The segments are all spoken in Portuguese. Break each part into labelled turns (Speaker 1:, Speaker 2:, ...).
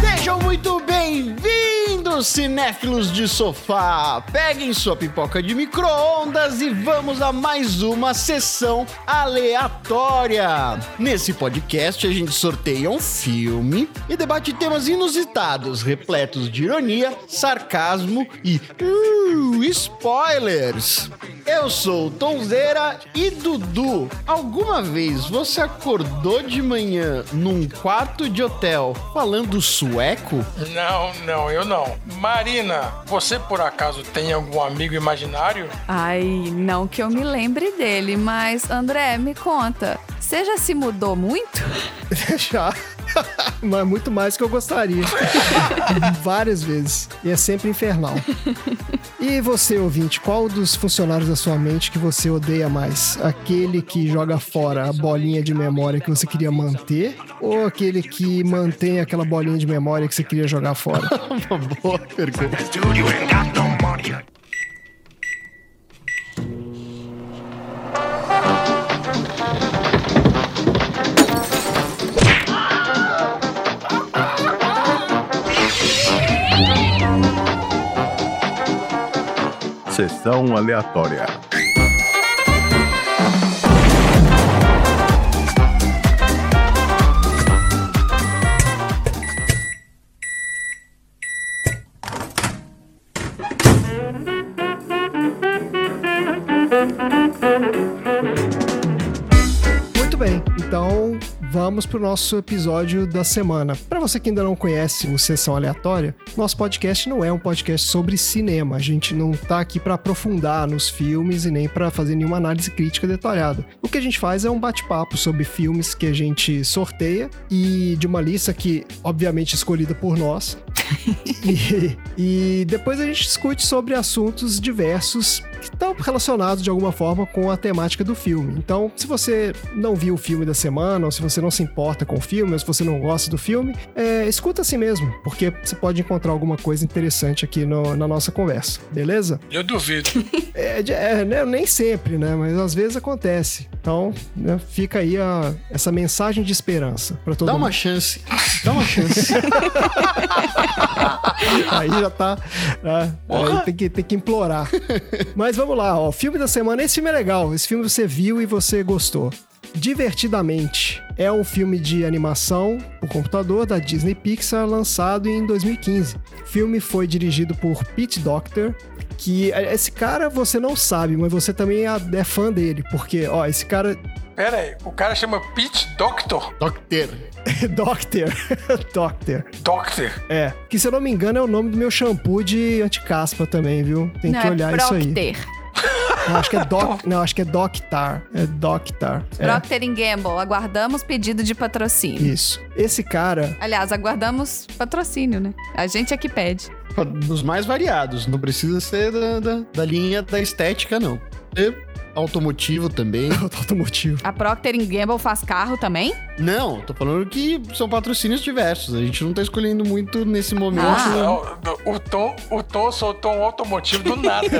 Speaker 1: Sejam muito bem-vindos, cinéfilos de sofá. Peguem sua pipoca de micro-ondas e vamos a mais uma sessão aleatória. Nesse podcast, a gente sorteia um filme e debate temas inusitados, repletos de ironia, sarcasmo e uh, spoilers. Eu sou o Tonzeira e Dudu. Alguma vez você acordou de manhã num quarto de hotel falando sueco?
Speaker 2: Não, não, eu não. Marina, você por acaso tem algum amigo imaginário?
Speaker 3: Ai, não que eu me lembre dele, mas André, me conta. Você já se mudou muito?
Speaker 4: Já. Mas muito mais que eu gostaria. Várias vezes. E é sempre infernal. E você, ouvinte, qual dos funcionários da sua mente que você odeia mais? Aquele que joga fora a bolinha de memória que você queria manter? Ou aquele que mantém aquela bolinha de memória que você queria jogar fora?
Speaker 1: Uma boa pergunta.
Speaker 5: Sessão aleatória.
Speaker 4: Muito bem, então vamos pro nosso episódio da semana. Para você que ainda não conhece o Sessão Aleatória, nosso podcast não é um podcast sobre cinema. A gente não tá aqui para aprofundar nos filmes e nem para fazer nenhuma análise crítica detalhada. O que a gente faz é um bate-papo sobre filmes que a gente sorteia e de uma lista que, obviamente, é escolhida por nós. E, e depois a gente discute sobre assuntos diversos que estão relacionados de alguma forma com a temática do filme. Então, se você não viu o filme da semana, ou se você não se importa com o filme, ou se você não gosta do filme, é, escuta assim mesmo, porque você pode encontrar alguma coisa interessante aqui no- na nossa conversa, beleza?
Speaker 2: Eu duvido.
Speaker 4: É, de- é, né, nem sempre, né? Mas às vezes acontece. Então, né, fica aí a- essa mensagem de esperança para todo
Speaker 1: Dá
Speaker 4: mundo.
Speaker 1: uma chance. Dá uma chance.
Speaker 4: Aí já tá. né? Aí tem que, tem que implorar. Mas vamos lá, ó. Filme da semana. Esse filme é legal. Esse filme você viu e você gostou. Divertidamente é um filme de animação por computador da Disney Pixar lançado em 2015. O filme foi dirigido por Pete Doctor, que é, esse cara você não sabe, mas você também é fã dele, porque ó, esse cara
Speaker 2: Pera aí, o cara chama Pete Doctor?
Speaker 1: Doctor.
Speaker 4: é Doctor, Doctor.
Speaker 2: Doctor.
Speaker 4: É, que se eu não me engano é o nome do meu shampoo de anticaspa também, viu? Tem que
Speaker 3: não,
Speaker 4: olhar
Speaker 3: é
Speaker 4: isso aí.
Speaker 3: Procter.
Speaker 4: Não, acho que é Doc. Não, acho que é Doctar. É Doctar. É,
Speaker 3: Procter Gamble. Aguardamos pedido de patrocínio.
Speaker 4: isso. Esse cara.
Speaker 3: Aliás, aguardamos patrocínio, né? A gente é que pede.
Speaker 1: Dos mais variados. Não precisa ser da, da, da linha da estética, não. E automotivo também.
Speaker 4: É o automotivo.
Speaker 3: A Procter Gamble faz carro também?
Speaker 1: Não, tô falando que são patrocínios diversos. A gente não tá escolhendo muito nesse momento.
Speaker 3: Ah.
Speaker 1: né?
Speaker 2: O, o, Tom, o Tom soltou um automotivo do nada.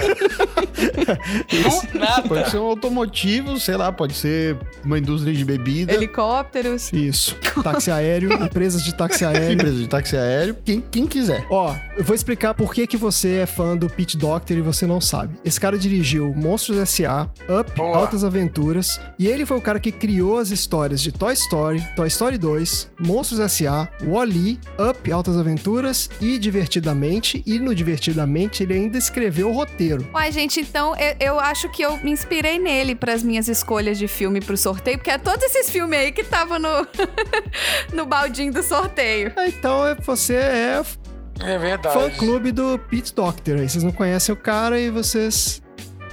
Speaker 2: do
Speaker 1: Pode
Speaker 2: nada.
Speaker 1: ser um automotivo, sei lá, pode ser uma indústria de bebida,
Speaker 3: Helicópteros.
Speaker 4: Isso. Táxi aéreo, empresas de táxi aéreo.
Speaker 1: né, empresa de táxi aéreo, quem, quem quiser.
Speaker 4: Ó, eu vou explicar por que, que você é fã do Pete Doctor e você não sabe. Esse cara dirigiu Monstros S.A., Up,
Speaker 2: Boa.
Speaker 4: Altas Aventuras, e ele foi o cara que criou as histórias de Toy Story, Toy Story 2, Monstros S.A., Wall-E, Up, Altas Aventuras e Divertidamente. E no Divertidamente ele ainda escreveu o roteiro.
Speaker 3: Uai, gente, então eu, eu acho que eu me inspirei nele para as minhas escolhas de filme pro sorteio, porque é todos esses filmes aí que estavam no, no baldinho do sorteio.
Speaker 4: Ah, Então é- você é
Speaker 2: É verdade.
Speaker 4: fã clube do Pete Doctor. Aí vocês não conhecem o cara e vocês.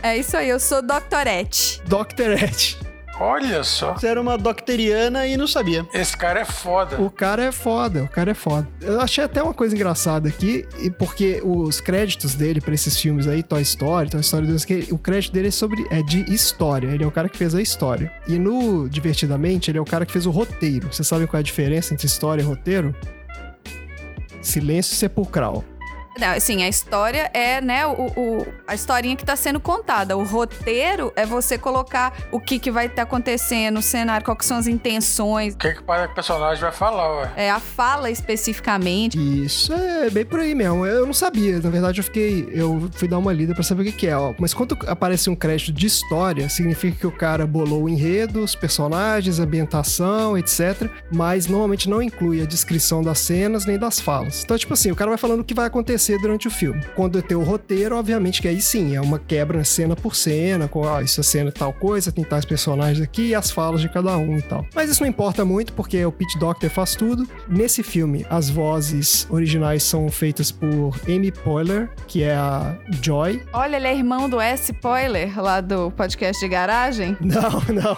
Speaker 3: É isso aí, eu sou Doctorette.
Speaker 4: Doctorette.
Speaker 2: Olha só.
Speaker 1: Você era uma docteriana e não sabia.
Speaker 2: Esse cara é foda.
Speaker 4: O cara é foda, o cara é foda. Eu achei até uma coisa engraçada aqui, e porque os créditos dele pra esses filmes aí, Toy Story, Toy Story 2, que o crédito dele é sobre é de história. Ele é o cara que fez a história. E no Divertidamente, ele é o cara que fez o roteiro. Vocês sabem qual é a diferença entre história e roteiro? Silêncio sepulcral.
Speaker 3: Não, assim, a história é, né, o, o- a historinha que tá sendo contada. O roteiro é você colocar o que, que vai estar acontecendo, o cenário, qual que são as intenções,
Speaker 2: O que, que o personagem vai falar, ué?
Speaker 3: é, a fala especificamente.
Speaker 4: Isso é bem por aí mesmo. Eu não sabia, na verdade eu fiquei, eu fui dar uma lida pra saber o que que é, ó. Mas quando aparece um crédito de história, significa que o cara bolou o enredo, os personagens, a ambientação, etc, mas normalmente não inclui a descrição das cenas nem das falas. Então, tipo assim, o cara vai falando o que vai acontecer durante o filme. Quando tem o roteiro, obviamente que aí sim, é uma quebra cena por cena, com, ó, isso é cena de tal coisa, tem tais personagens aqui e as falas de cada um e tal. Mas isso não importa muito, porque o Pete Doctor faz tudo. Nesse filme, as vozes originais são feitas por Amy Poehler, que é a Joy.
Speaker 3: Olha, ele é irmão do S. Spoiler, lá do podcast de garagem.
Speaker 4: Não, não.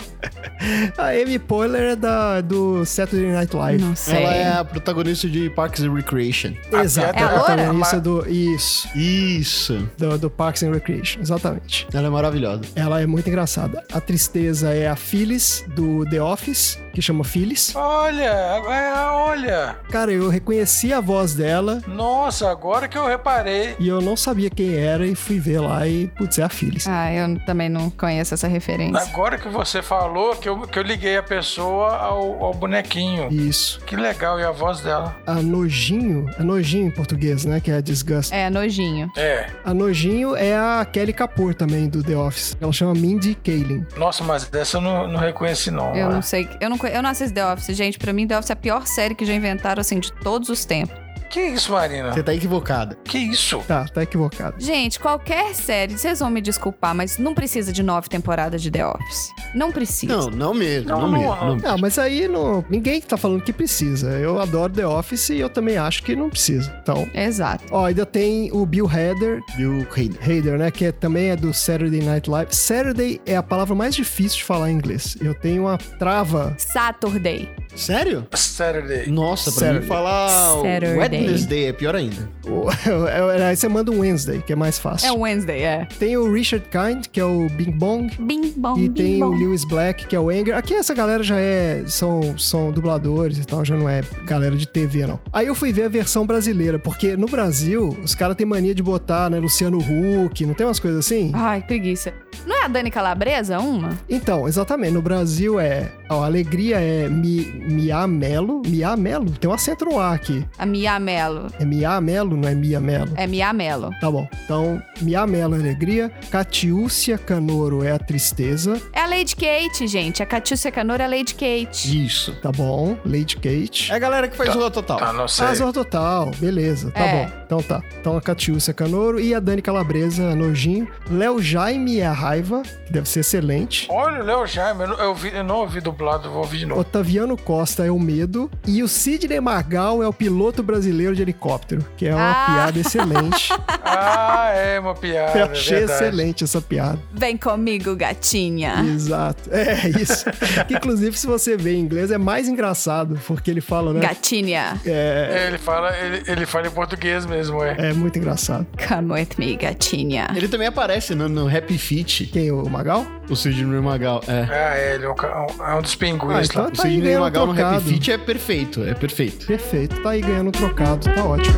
Speaker 4: A Amy Poehler é da, do Saturday Night Live.
Speaker 3: Não sei.
Speaker 1: Ela é a protagonista de Parks and Recreation.
Speaker 4: Exato.
Speaker 2: É a
Speaker 4: a
Speaker 3: loira?
Speaker 4: protagonista do... Isso.
Speaker 1: Isso.
Speaker 4: Do, do Parks and Recreation, exatamente.
Speaker 1: Ela é maravilhosa.
Speaker 4: Ela é muito engraçada. A tristeza é a Phyllis, do The Office, que chama Phyllis.
Speaker 2: Olha, é, olha.
Speaker 4: Cara, eu reconheci a voz dela
Speaker 2: Nossa, agora que eu reparei.
Speaker 4: e eu não sabia quem era e fui ver lá e, putz, é a Phyllis.
Speaker 3: Ah, eu também não conheço essa referência.
Speaker 2: Agora que você falou, que eu, que eu liguei a pessoa ao, ao bonequinho.
Speaker 4: Isso.
Speaker 2: Que legal, e a voz dela.
Speaker 4: A Nojinho, é Nojinho em português, né, que é a Disgust.
Speaker 3: É, nojinho.
Speaker 2: É.
Speaker 4: A Nojinho é a Kelly Kapoor também, do The Office. Ela chama Mindy Kaling.
Speaker 2: Nossa, mas dessa eu não, não reconheci, não.
Speaker 3: Eu
Speaker 2: né?
Speaker 3: não sei. Eu não, conhe- eu não assisto The Office, gente. Pra mim, The Office é a pior série que já inventaram, assim, de todos os tempos.
Speaker 2: Que isso, Marina?
Speaker 1: Você tá equivocada.
Speaker 2: Que isso?
Speaker 4: Tá, tá equivocado.
Speaker 3: Gente, qualquer série, vocês vão me desculpar, mas não precisa de nove temporadas de The Office. Não precisa.
Speaker 1: Não, não mesmo, não,
Speaker 2: Não, não,
Speaker 1: mesmo.
Speaker 2: não.
Speaker 1: não.
Speaker 4: Ah, mas aí não, ninguém tá falando que precisa. Eu adoro The Office e eu também acho que não precisa. Então,
Speaker 3: Exato.
Speaker 4: ó, ainda tem o Bill Hader,
Speaker 1: Bill Hader.
Speaker 4: Hader, né? Que é- também é do Saturday Night Live. Saturday é a palavra mais difícil de falar em inglês. Eu tenho uma trava.
Speaker 3: Saturday.
Speaker 1: Sério?
Speaker 2: Saturday.
Speaker 1: Nossa, pra
Speaker 4: Sério.
Speaker 1: mim falar o
Speaker 3: Saturday.
Speaker 1: Wednesday é pior ainda.
Speaker 4: Aí você manda um Wednesday, que é mais fácil.
Speaker 3: É Wednesday, é.
Speaker 4: Tem o Richard Kind, que é o Bing Bong.
Speaker 3: Bim bom,
Speaker 4: E
Speaker 3: bim
Speaker 4: tem
Speaker 3: bom.
Speaker 4: o Lewis Black, que é o Anger. Aqui essa galera já é. São, são dubladores e tal, já não é galera de TV, não. Aí eu fui ver a versão brasileira, porque no Brasil, os caras têm mania de botar, né, Luciano Huck, não tem umas coisas assim?
Speaker 3: Ai, preguiça. Não é a Dani Calabresa uma?
Speaker 4: Então, exatamente. No Brasil é. Ó, alegria é mi, Mia Melo. Mia Melo? Tem um acento no A aqui.
Speaker 3: A Mia Mello.
Speaker 4: É Mia Melo, não é Mia Melo?
Speaker 3: É Mia Mello.
Speaker 4: Tá bom. Então, Mia Melo é alegria. Catiúcia Canoro é a tristeza.
Speaker 3: É a Lady Kate, gente. A Catiúcia Canora é a Lady Kate.
Speaker 1: Isso.
Speaker 4: Tá bom. Lady Kate.
Speaker 1: É a galera que faz o total.
Speaker 2: Ah, não sei.
Speaker 4: Azor Total, beleza, tá
Speaker 3: É.
Speaker 4: bom. Então tá. Então a Catiúcia Canoro e a Dani Calabresa, Nojinho. Léo Jaime é a raiva, que deve ser excelente.
Speaker 2: Olha o Léo Jaime, eu não, eu vi- eu não ouvi dublado, vou ouvir de novo.
Speaker 4: Otaviano Costa é o medo. E o Sidney Margal é o piloto brasileiro de helicóptero, que é uma
Speaker 3: Ah.
Speaker 4: piada excelente.
Speaker 2: Ah, é uma piada.
Speaker 4: Eu
Speaker 2: é
Speaker 4: achei
Speaker 2: verdade.
Speaker 4: excelente essa piada.
Speaker 3: Vem comigo, gatinha.
Speaker 4: Exato. É isso. que, inclusive, se você vê em inglês, é mais engraçado, porque ele fala, né?
Speaker 3: Gatinha.
Speaker 2: É, Ele fala, ele, ele fala em português mesmo, é.
Speaker 4: É muito engraçado.
Speaker 3: Come with me, gatinha.
Speaker 1: Ele também aparece no, no Happy Feet,
Speaker 4: Quem? O Magal?
Speaker 1: o Sidney Magal. É.
Speaker 2: Ah, é, ele é um, ca- um- é um dos pinguins
Speaker 4: Ah,
Speaker 2: lá.
Speaker 4: então-
Speaker 1: O
Speaker 4: Tá aí
Speaker 1: Sidney
Speaker 4: ganhando
Speaker 1: Magal no
Speaker 4: trocado.
Speaker 1: Happy Feet é perfeito, é perfeito.
Speaker 4: Perfeito. Tá aí ganhando um trocado. Tá ótimo.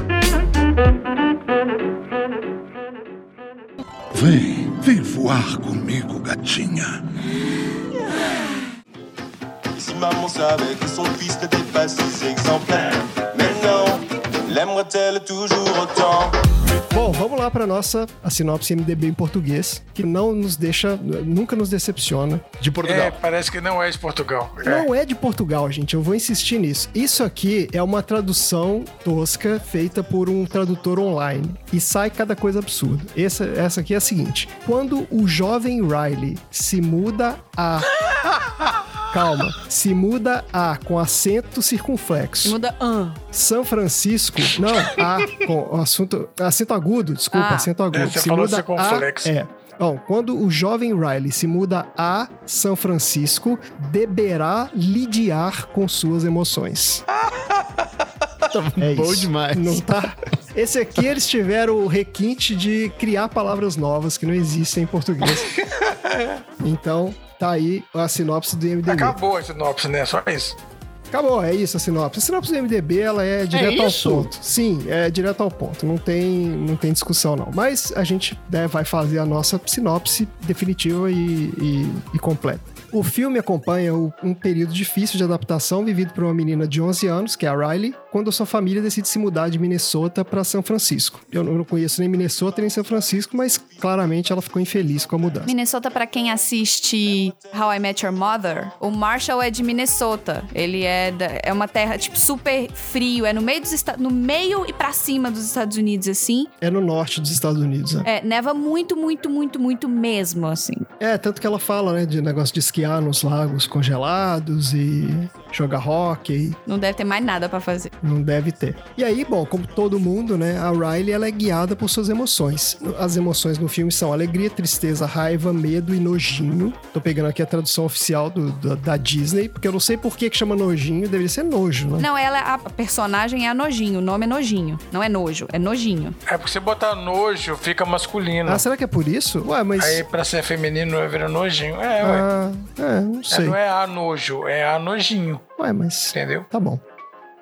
Speaker 5: Vem, vem voar comigo, gatinha.
Speaker 6: Si maman savait que son fils n'était pas si exemplaire, mais non, l'aimerait-elle toujours autant?
Speaker 4: Bom, vamos lá para nossa a sinopse MDB em português, que não nos deixa, nunca nos decepciona.
Speaker 1: De
Speaker 2: É,
Speaker 1: Portugal.
Speaker 2: parece que não é de Portugal. É.
Speaker 4: Não é de Portugal, gente, eu vou insistir nisso. Isso aqui é uma tradução tosca feita por um tradutor online e sai cada coisa absurda. Essa, essa aqui é a seguinte: quando o jovem Riley se muda a. Calma, se muda a com acento circunflexo.
Speaker 3: Muda. Ah.
Speaker 4: São Francisco. Não, a, com o assunto. Acento agudo, desculpa,
Speaker 3: Ah.
Speaker 4: acento agudo.
Speaker 2: É, você falou circunflexo.
Speaker 4: a, É. Bom, quando o jovem Riley se muda a São Francisco, deverá lidiar com suas emoções. É
Speaker 1: Tá Bom
Speaker 4: isso.
Speaker 1: demais.
Speaker 4: Não tá? Esse aqui eles tiveram o requinte de criar palavras novas que não existem em português. Então, tá aí a sinopse do MDB.
Speaker 2: Acabou a sinopse, né? Só isso.
Speaker 4: Acabou, é isso a sinopse. A sinopse do MDB, ela é direto ao
Speaker 1: isso?
Speaker 4: ponto. Sim, é direto ao ponto. Não tem, não tem discussão, não. Mas a gente né, vai fazer a nossa sinopse definitiva e, e- e completa. O filme acompanha o- um período difícil de adaptação vivido por uma menina de 11 anos, que é a Riley, quando sua família decide se mudar de Minnesota para São Francisco. Eu não eu não conheço nem Minnesota nem São Francisco, mas claramente ela ficou infeliz com a mudança.
Speaker 3: Minnesota, pra quem assiste How I Met Your Mother, o Marshall é de Minnesota. Ele é, da- é uma terra, tipo, super frio. É no meio dos Estados... No meio e pra cima dos Estados Unidos, assim.
Speaker 4: É no norte dos Estados Unidos, né?
Speaker 3: É, neva muito, muito, muito, muito mesmo, assim.
Speaker 4: É, tanto que ela fala, né, de negócio de esquiar nos lagos congelados e jogar hóquei,
Speaker 3: Não deve ter mais nada pra fazer.
Speaker 4: não deve ter. E aí, bom, como todo mundo, né, a Riley, ela é guiada por suas emoções. As emoções no filme são alegria, tristeza, raiva, medo e nojinho. Tô pegando aqui a tradução oficial do- da, da Disney, porque eu não sei por que que chama nojinho, deveria ser nojo, né?
Speaker 3: Não, ela, é a personagem é a Nojinho. O nome é Nojinho. Não é nojo, é Nojinho.
Speaker 2: É porque você botar nojo, fica masculino.
Speaker 4: Ah, será que é por isso? Ué, mas...
Speaker 2: Aí pra ser feminino vira nojinho. É, ué.
Speaker 4: Ah, é, não
Speaker 2: É,
Speaker 4: sei.
Speaker 2: não é a nojo, é a nojinho,
Speaker 4: Ué, mas...
Speaker 2: entendeu?
Speaker 4: Tá bom.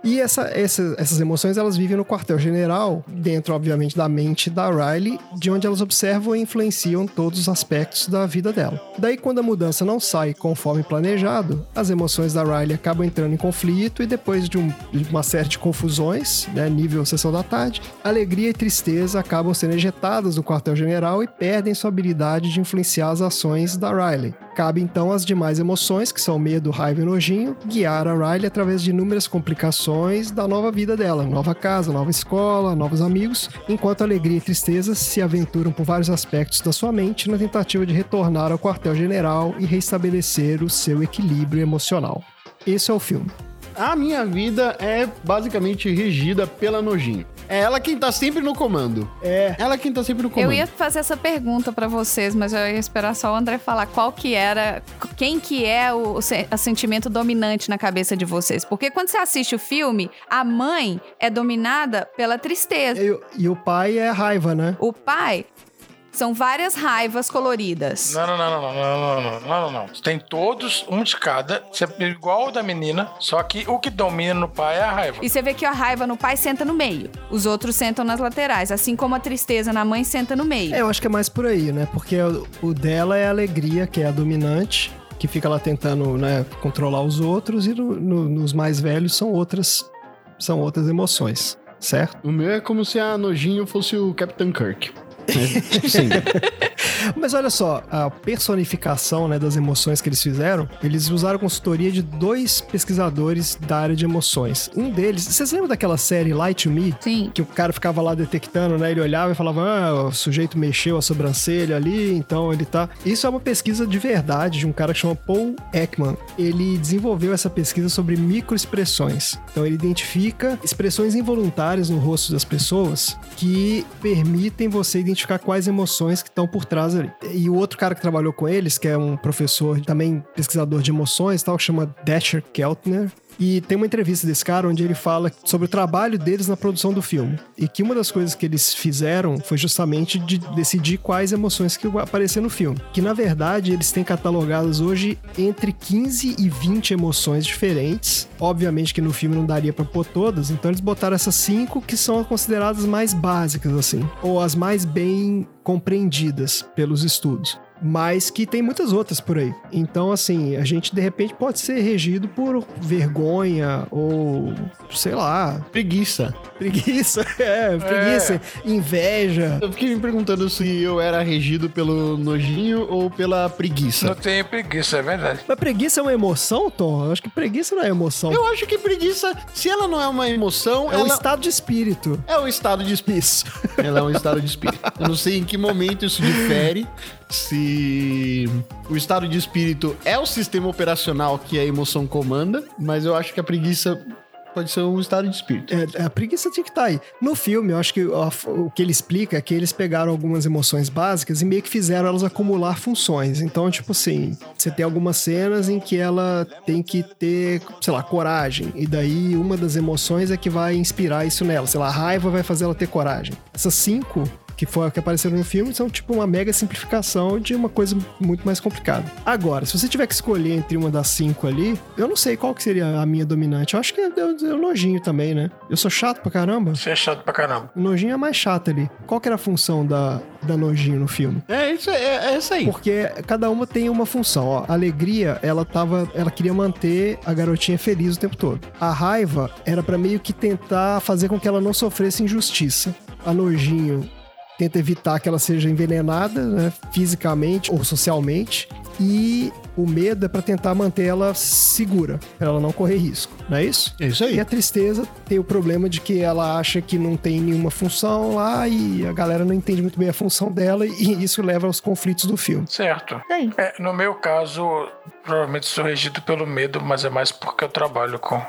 Speaker 4: E essa- essa- essas emoções elas vivem no quartel-general, dentro, obviamente, da mente da Riley, de onde elas observam e influenciam todos os aspectos da vida dela. Daí, quando a mudança não sai conforme planejado, as emoções da Riley acabam entrando em conflito e depois de, um- de uma série de confusões, né, nível sessão da tarde, alegria e tristeza acabam sendo ejetadas do quartel-general e perdem sua habilidade de influenciar as ações da Riley. Cabe então às demais emoções, que são medo, raiva e nojinho, guiar a Riley através de inúmeras complicações da nova vida dela, nova casa, nova escola, novos amigos, enquanto alegria e tristeza se aventuram por vários aspectos da sua mente na tentativa de retornar ao quartel-general e restabelecer o seu equilíbrio emocional. Esse é o filme.
Speaker 1: A minha vida é basicamente regida pela Nojinho. É ela quem tá sempre no comando.
Speaker 4: É.
Speaker 1: Ela quem tá sempre no comando.
Speaker 3: Eu ia fazer essa pergunta pra vocês, mas eu ia esperar só o André falar qual que era, quem que é o, o se- o sentimento dominante na cabeça de vocês. Porque quando você assiste o filme, a mãe é dominada pela tristeza.
Speaker 4: E, o- e o pai é raiva, né?
Speaker 3: O pai são várias raivas coloridas.
Speaker 2: Não, não, não, não, não, não, não, não, não, não. Tem todos, um de cada. Você é igual o da menina, só que o que domina no pai é a raiva.
Speaker 3: E você vê que a raiva no pai senta no meio, os outros sentam nas laterais, assim como a tristeza na mãe senta no meio.
Speaker 4: É, eu acho que é mais por aí, né? Porque o- o dela é a alegria, que é a dominante, que fica lá tentando né, controlar os outros, e no- no- nos mais velhos são outras, são outras emoções, certo?
Speaker 1: O meu é como se a Nojinho fosse o Capitão Kirk. É, Sim.
Speaker 4: Mas olha só, a personificação né, das emoções que eles fizeram, eles usaram a consultoria de dois pesquisadores da área de emoções. Um deles, vocês lembram daquela série Light to Me?
Speaker 3: Sim.
Speaker 4: que o cara ficava lá detectando, né? Ele olhava e falava, ah, o sujeito mexeu a sobrancelha ali, então ele tá. Isso é uma pesquisa de verdade de um cara que chama Paul Ekman. Ele desenvolveu essa pesquisa sobre microexpressões. Então ele identifica expressões involuntárias no rosto das pessoas que permitem você identificar quais emoções que estão por trás ali. E o outro cara que trabalhou com eles, que é um professor, também pesquisador de emoções, e tal, que chama Dasher Keltner, e tem uma entrevista desse cara onde ele fala sobre o trabalho deles na produção do filme. E que uma das coisas que eles fizeram foi justamente de decidir quais emoções que vão aparecer no filme. Que na verdade eles têm catalogadas hoje entre 15 e 20 emoções diferentes. Obviamente que no filme não daria pra pôr todas, então eles botaram essas cinco que são consideradas mais básicas, assim, ou as mais bem compreendidas pelos estudos mas que tem muitas outras por aí. Então, assim, a gente de repente pode ser regido por vergonha ou sei lá,
Speaker 1: Preguiça.
Speaker 4: preguiça, é, preguiça, inveja.
Speaker 1: Eu fiquei me perguntando se eu era regido pelo nojinho ou pela
Speaker 2: Não
Speaker 1: preguiça.
Speaker 2: tenho preguiça, é verdade.
Speaker 4: Mas preguiça é uma emoção, Tom? Eu acho que preguiça não é emoção.
Speaker 1: Eu acho que preguiça, se ela não é uma emoção,
Speaker 4: É um
Speaker 1: ela
Speaker 4: estado de espírito.
Speaker 1: é um estado de espírito. Ela é um estado de espírito. Eu não sei em que momento isso difere, se o estado de espírito é o sistema operacional que a emoção comanda, mas eu acho que a preguiça pode ser um estado de espírito.
Speaker 4: É, a preguiça tinha que estar aí. No filme, eu acho que a- o que ele explica é que eles pegaram algumas emoções básicas e meio que fizeram elas acumular funções. Então, tipo assim, você tem algumas cenas em que ela tem que ter, sei lá, coragem. E daí uma das emoções é que vai inspirar isso nela. Sei lá, a raiva vai fazer ela ter coragem. Essas cinco que, foi, que apareceram no filme são tipo uma mega simplificação de uma coisa muito mais complicada. Agora, se você tiver que escolher entre uma das cinco ali, eu não sei qual que seria a minha dominante. Eu acho que é o é o nojinho também, né? Eu sou chato pra caramba.
Speaker 2: Isso é chato pra caramba.
Speaker 4: O nojinho é a mais chata ali. Qual que era a função da, da nojinho no filme?
Speaker 1: É isso, é, é isso aí.
Speaker 4: Porque cada uma tem uma função. Ó, a alegria, ela tava. Ela queria manter a garotinha feliz o tempo todo. A raiva era pra meio que tentar fazer com que ela não sofresse injustiça. A nojinho tenta evitar que ela seja envenenada, né? Fisicamente ou socialmente. E o medo é pra tentar manter ela segura, pra ela não correr risco, não é isso?
Speaker 1: É isso
Speaker 4: E a tristeza tem o problema de que ela acha que não tem nenhuma função lá e a galera não entende muito bem a função dela e isso leva aos conflitos do filme.
Speaker 2: Certo. É, no meu caso, provavelmente sou regido pelo medo, mas é mais porque eu trabalho com